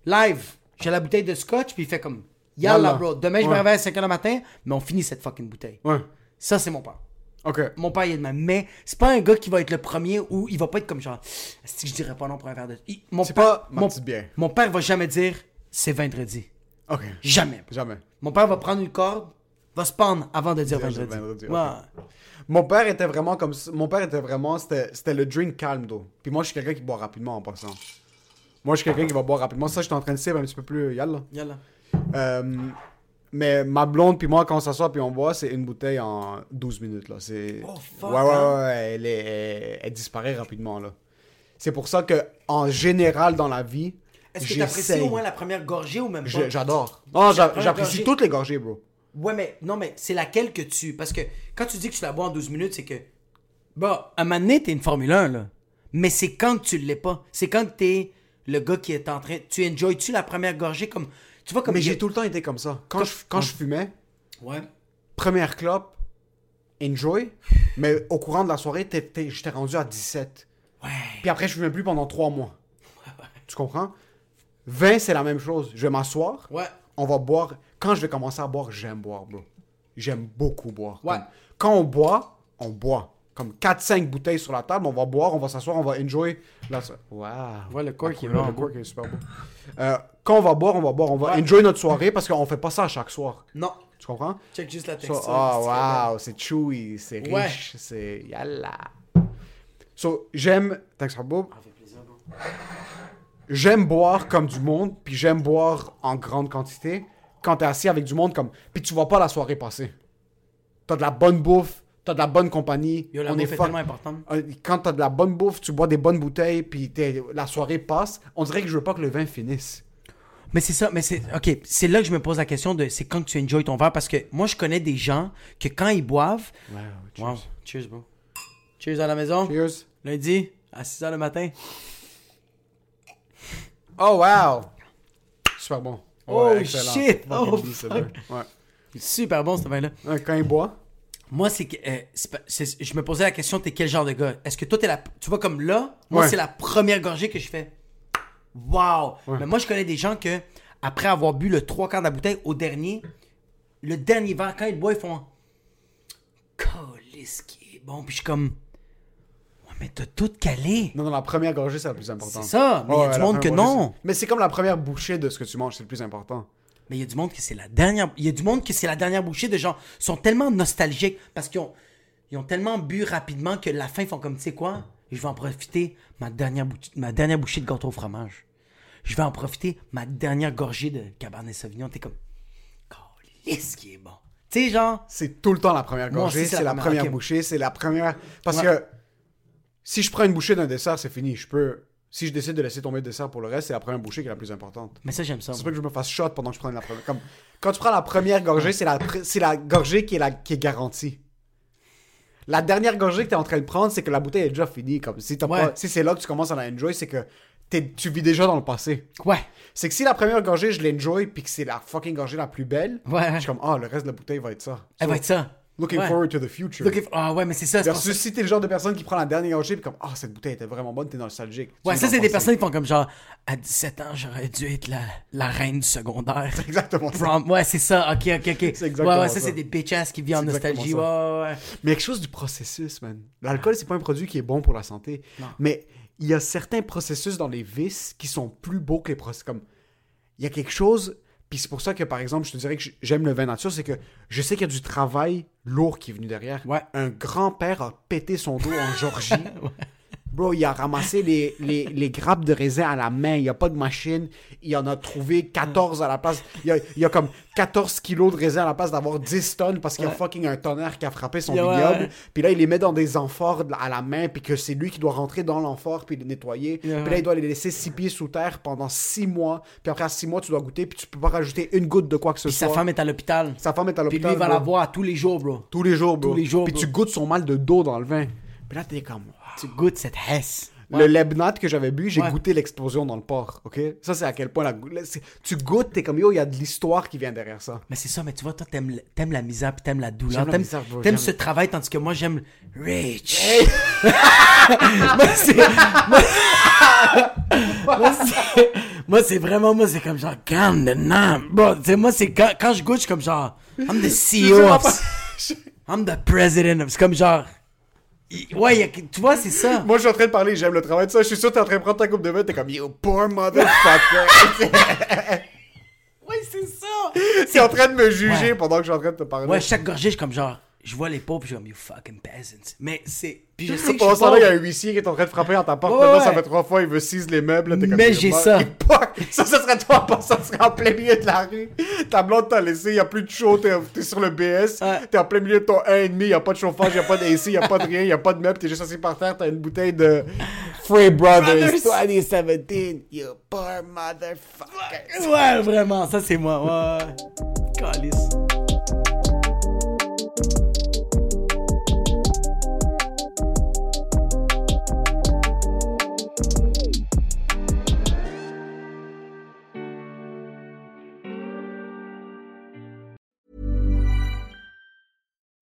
Speaker 3: live, j'ai la bouteille de scotch puis il fait comme yalla
Speaker 2: Yalla.
Speaker 3: bro, demain je me
Speaker 2: Ouais.
Speaker 3: réveille à 5h le matin, mais on finit cette fucking bouteille.
Speaker 2: Ouais.
Speaker 3: Ça, c'est mon père.
Speaker 2: Ok.
Speaker 3: Mon père, il est de même. Mais c'est pas un gars qui va être le premier ou il va pas être comme genre, si je dirais pas non pour un verre de. Il- mon
Speaker 2: C'est
Speaker 3: père-
Speaker 2: pas ma
Speaker 3: mon,
Speaker 2: petite bière.
Speaker 3: mon père va jamais dire c'est vendredi.
Speaker 2: Ok.
Speaker 3: Jamais.
Speaker 2: Jamais.
Speaker 3: Mon père va prendre une corde, va se pendre avant de dire
Speaker 2: Dire
Speaker 3: vendredi.
Speaker 2: vendredi, ok.
Speaker 3: Ouais.
Speaker 2: Mon père était vraiment comme ça- Mon père était vraiment. C'était c'était le drink calme d'eau. Puis moi, je suis quelqu'un qui boit rapidement en passant. Moi, je suis quelqu'un qui va boire rapidement. Ça, je suis en train de cible un petit peu plus. Yalla.
Speaker 3: Yalla.
Speaker 2: Euh, mais ma blonde, puis moi, quand on s'assoit, puis on boit, c'est une bouteille en 12 minutes. Là. C'est...
Speaker 3: Oh, fuck,
Speaker 2: ouais, ouais,
Speaker 3: hein.
Speaker 2: ouais, elle, est- elle- elle disparaît rapidement. Là. C'est pour ça que en général, dans la vie,
Speaker 3: Est-ce que t'apprécies
Speaker 2: j'essaye.
Speaker 3: au moins la première gorgée ou même pas?
Speaker 2: Je- J'adore. Non, j'a-
Speaker 3: J'apprends
Speaker 2: j'apprécie
Speaker 3: une gorgée.
Speaker 2: toutes les gorgées, bro.
Speaker 3: Ouais, mais non, mais c'est laquelle que tu. Parce que quand tu dis que tu la bois en 12 minutes, c'est que. Bah, à un moment donné, t'es une Formule 1, là. Mais c'est quand que tu l'es pas. C'est quand que t'es le gars qui est en train. Tu enjoy-tu la première gorgée comme. Tu vois, comme.
Speaker 2: Mais
Speaker 3: il y a-
Speaker 2: j'ai tout le temps été comme ça. Quand,
Speaker 3: Comme- Ah.
Speaker 2: je, quand je fumais,
Speaker 3: Ouais.
Speaker 2: première clope, enjoy, mais au courant de la soirée, t'es- t'es- j'étais rendu à 17.
Speaker 3: Ouais.
Speaker 2: Puis après, je fumais plus pendant 3 mois. Tu comprends? 20, c'est la même chose. Je vais m'asseoir.
Speaker 3: Ouais.
Speaker 2: on va boire. Quand je vais commencer à boire, j'aime boire, bro. J'aime beaucoup boire.
Speaker 3: Ouais.
Speaker 2: Comme- quand on boit, on boit. Comme 4-5 bouteilles sur la table, on va boire, on va s'asseoir, on va enjoy. Là, ça- Wow.
Speaker 3: Ouais, le cork
Speaker 2: La
Speaker 3: est
Speaker 2: couleur,
Speaker 3: vraiment
Speaker 2: le cork est super beau. Euh, quand on va boire, on va boire, on va enjoy notre soirée parce qu'on fait pas ça à chaque soir.
Speaker 3: Non.
Speaker 2: Tu comprends?
Speaker 3: Check juste la
Speaker 2: So-
Speaker 3: texture.
Speaker 2: oh, wow, c'est chewy, c'est riche,
Speaker 3: Ouais.
Speaker 2: c'est... Yalla. So, j'aime... Thanks, Habbo.
Speaker 3: Ah,
Speaker 2: J'aime boire comme du monde, puis j'aime boire en grande quantité quand t'es assis avec du monde, comme... Puis tu vois pas la soirée passer. T'as de la bonne bouffe, t'as de la bonne compagnie.
Speaker 3: Yo, la
Speaker 2: on
Speaker 3: bouffe
Speaker 2: est
Speaker 3: est
Speaker 2: fuck-
Speaker 3: tellement importante.
Speaker 2: Euh, Quand t'as de la bonne bouffe, tu bois des bonnes bouteilles, puis t'es- la soirée passe. On dirait que je veux pas que le vin finisse.
Speaker 3: Mais c'est ça, mais c'est. Ok, c'est là que je me pose la question de c'est quand que tu enjoy ton verre parce que moi, je connais des gens que quand ils boivent.
Speaker 2: Wow,
Speaker 3: Wow. Cheers, bro. Cheers à la maison.
Speaker 2: Cheers.
Speaker 3: Lundi, à 6 h le matin.
Speaker 2: Oh, wow! Super bon.
Speaker 3: Oh,
Speaker 2: excellent.
Speaker 3: shit.
Speaker 2: Fucking
Speaker 3: Oh,
Speaker 2: beast, ce
Speaker 3: fuck.
Speaker 2: vin. Ouais.
Speaker 3: Super bon, ce vin-là.
Speaker 2: Ouais, Quand il boit,
Speaker 3: Moi, c'est que. euh, c'est pas- c'est- je me posais la question, t'es quel genre de gars Est-ce que toi, t'es la. Tu vois, comme là, moi,
Speaker 2: Ouais.
Speaker 3: c'est la première gorgée que je fais. Waouh Mais moi, je connais des gens que, après avoir bu le trois quarts de la bouteille, au dernier, le dernier verre, quand ils boivent, ils font. Colisse qui est bon. Puis je suis comme. Ouais, mais t'as tout calé.
Speaker 2: non, non, la première gorgée, c'est la plus importante.
Speaker 3: C'est ça, mais il y a
Speaker 2: Ouais,
Speaker 3: du
Speaker 2: la
Speaker 3: monde que
Speaker 2: première gorgée,
Speaker 3: non.
Speaker 2: c'est- Mais c'est comme la première bouchée de ce que tu manges, c'est le plus important.
Speaker 3: Mais il y a du monde que c'est la dernière. Il y a du monde que c'est la dernière bouchée de gens. Ils sont tellement nostalgiques parce qu'ils ont, ils ont tellement bu rapidement que la fin ils font comme tu sais quoi. Je vais en profiter ma dernière bouchée, ma dernière bouchée de gâteau au fromage. Je vais en profiter ma dernière gorgée de Cabernet Sauvignon. T'es comme, ce qui est bon. Tu sais genre,
Speaker 2: C'est tout le temps la première
Speaker 3: Moi aussi,
Speaker 2: gorgée, c'est la première
Speaker 3: ok.
Speaker 2: bouchée, c'est la première. Parce
Speaker 3: Ouais.
Speaker 2: que si je prends une bouchée d'un dessert, c'est fini. Je peux. Si je décide de laisser tomber le dessert pour le reste, c'est la première bouchée qui est la plus importante.
Speaker 3: mais ça j'aime ça.
Speaker 2: C'est pas
Speaker 3: moi.
Speaker 2: que je me fasse shot pendant que je prends la première. Comme Quand tu prends la première gorgée, c'est la, pr- c'est la gorgée qui est, la, qui est garantie. La dernière gorgée que tu es en train de prendre, c'est que la bouteille est déjà finie. Comme si, t'as
Speaker 3: Ouais.
Speaker 2: pas- si c'est là que tu commences à la enjoy, c'est que t'es- tu vis déjà dans le passé.
Speaker 3: Ouais.
Speaker 2: C'est que si la première gorgée, je l'enjoy, puis que c'est la fucking gorgée la plus belle,
Speaker 3: Ouais.
Speaker 2: je suis comme, ah, le reste de la bouteille va être ça.
Speaker 3: Elle
Speaker 2: So,
Speaker 3: va être ça.
Speaker 2: Looking
Speaker 3: Ouais.
Speaker 2: forward to the future.
Speaker 3: Looking for- Ah ouais, mais c'est ça. c'est pour ça.
Speaker 2: Versus si t'es le genre de personne qui prend la dernière gorgée, puis comme, ah, cette bouteille était vraiment bonne, t'es nostalgique. Tu
Speaker 3: Ouais,
Speaker 2: vis
Speaker 3: ça,
Speaker 2: dans
Speaker 3: c'est
Speaker 2: le
Speaker 3: des
Speaker 2: passé.
Speaker 3: personnes qui font comme genre, à 17 ans, j'aurais dû être la, la reine du secondaire.
Speaker 2: (laughs) Exactement ça.
Speaker 3: Prom- Ouais, c'est ça. Ok, ok, ok.
Speaker 2: C'est exactement
Speaker 3: ouais, ouais, ça,
Speaker 2: ça.
Speaker 3: c'est des bitch ass qui vivent en
Speaker 2: C'est exactement
Speaker 3: nostalgie. Ouais, ouais, ouais.
Speaker 2: Mais quelque chose du processus, man. L'alcool, c'est pas un produit qui est bon pour la santé. Mais il y a certains processus dans les vices qui sont plus beaux que les processus. Comme, il y a quelque chose, puis c'est pour ça que, par exemple, je te dirais que j- j'aime le vin nature, c'est que je sais qu'il y a du travail lourd qui est venu derrière.
Speaker 3: Ouais.
Speaker 2: Un grand-père a pété son dos en Georgie. Bro, il a ramassé les, les, les grappes de raisin à la main. Il n'y a pas de machine. Il en a trouvé 14 à la place. Il y a, il y a comme 14 kilos de raisin à la place d'avoir 10 tonnes parce qu'il y a fucking un tonnerre qui a frappé son
Speaker 3: Yeah, ouais,
Speaker 2: vignoble.
Speaker 3: ouais.
Speaker 2: Puis là, il les met dans des amphores de- à la main. Puis que c'est lui qui doit rentrer dans l'amphore puis le nettoyer.
Speaker 3: Yeah,
Speaker 2: puis là,
Speaker 3: ouais.
Speaker 2: il doit les laisser 6 pieds sous terre pendant 6 mois. Puis après 6 mois, tu dois goûter. Puis tu peux pas rajouter une goutte de quoi que ce
Speaker 3: Puis
Speaker 2: soit.
Speaker 3: sa femme est à l'hôpital.
Speaker 2: Sa femme est à
Speaker 3: Puis
Speaker 2: l'hôpital.
Speaker 3: lui, il va
Speaker 2: bro.
Speaker 3: la voir tous les jours, bro.
Speaker 2: Tous les jours, bro.
Speaker 3: Tous les jours,
Speaker 2: Puis
Speaker 3: bro.
Speaker 2: tu goûtes son mal de dos dans le vin. Puis là, t'es comme...
Speaker 3: Tu goûtes cette hesse.
Speaker 2: Le Lebnat que j'avais bu, j'ai
Speaker 3: Ouais.
Speaker 2: goûté l'explosion dans le porc, ok? Ça, c'est à quel point la... go- la- c'est- tu goûtes, t'es comme yo, il y a de l'histoire qui vient derrière ça.
Speaker 3: Mais c'est ça, mais tu vois, toi, t'aimes, le- t'aimes la misère, puis t'aimes la
Speaker 2: J'aime
Speaker 3: douleur.
Speaker 2: la
Speaker 3: T'aimes,
Speaker 2: misère, bro, j'aime-
Speaker 3: t'aimes ce travail, tandis que moi, j'aime Rich. (laughs) moi, c'est, moi,
Speaker 2: (laughs)
Speaker 3: moi, c'est, moi, c'est vraiment, moi, c'est comme genre, calm the nom. Bro, tu sais, moi, c'est quand, quand je goûte, je suis comme genre, I'm the CEO
Speaker 2: vraiment (laughs)
Speaker 3: of. I'm the president of. C'est comme genre. il- Ouais, il y a- tu vois, c'est ça.
Speaker 2: Moi, je suis en train de parler, j'aime le travail de ça, je suis sûr que t'es en train de prendre ta coupe de vin, t'es comme yo, poor
Speaker 3: (laughs)
Speaker 2: motherfucker!
Speaker 3: (laughs)
Speaker 2: (laughs)
Speaker 3: Ouais, c'est ça.
Speaker 2: t'es en train de me juger
Speaker 3: Ouais.
Speaker 2: pendant que je suis en train de te parler.
Speaker 3: Ouais, chaque gorgée, je suis comme genre, je vois les pauvres, puis je suis comme, you fucking peasants. Mais c'est. Puis (laughs) je sais que je
Speaker 2: Pendant
Speaker 3: suis
Speaker 2: ce temps-là, il y a
Speaker 3: pauvre.
Speaker 2: un huissier qui est en train de frapper à ta porte.
Speaker 3: Ouais,
Speaker 2: Maintenant,
Speaker 3: ouais.
Speaker 2: ça fait trois fois, il veut cise les meubles. T'es comme, il
Speaker 3: Mais
Speaker 2: est
Speaker 3: j'ai
Speaker 2: mort.
Speaker 3: ça.
Speaker 2: Il part. (laughs) Ça, ça serait toi en passant, ça serait en plein milieu de la rue. Ta blonde t'a laissé, il n'y a plus de chaud, t'es, t'es sur le BS.
Speaker 3: Ouais.
Speaker 2: T'es en plein milieu de ton 1,5, il n'y a pas de chauffage, il n'y a pas d'AC, il n'y a pas de rien, il n'y a pas de meubles. T'es juste assis par terre, t'as une bouteille de Free Brothers,
Speaker 3: Brothers.
Speaker 2: 2017. You poor motherfucker.
Speaker 3: Ouais, vraiment, ça c'est moi. Ouais, ouais. Calice.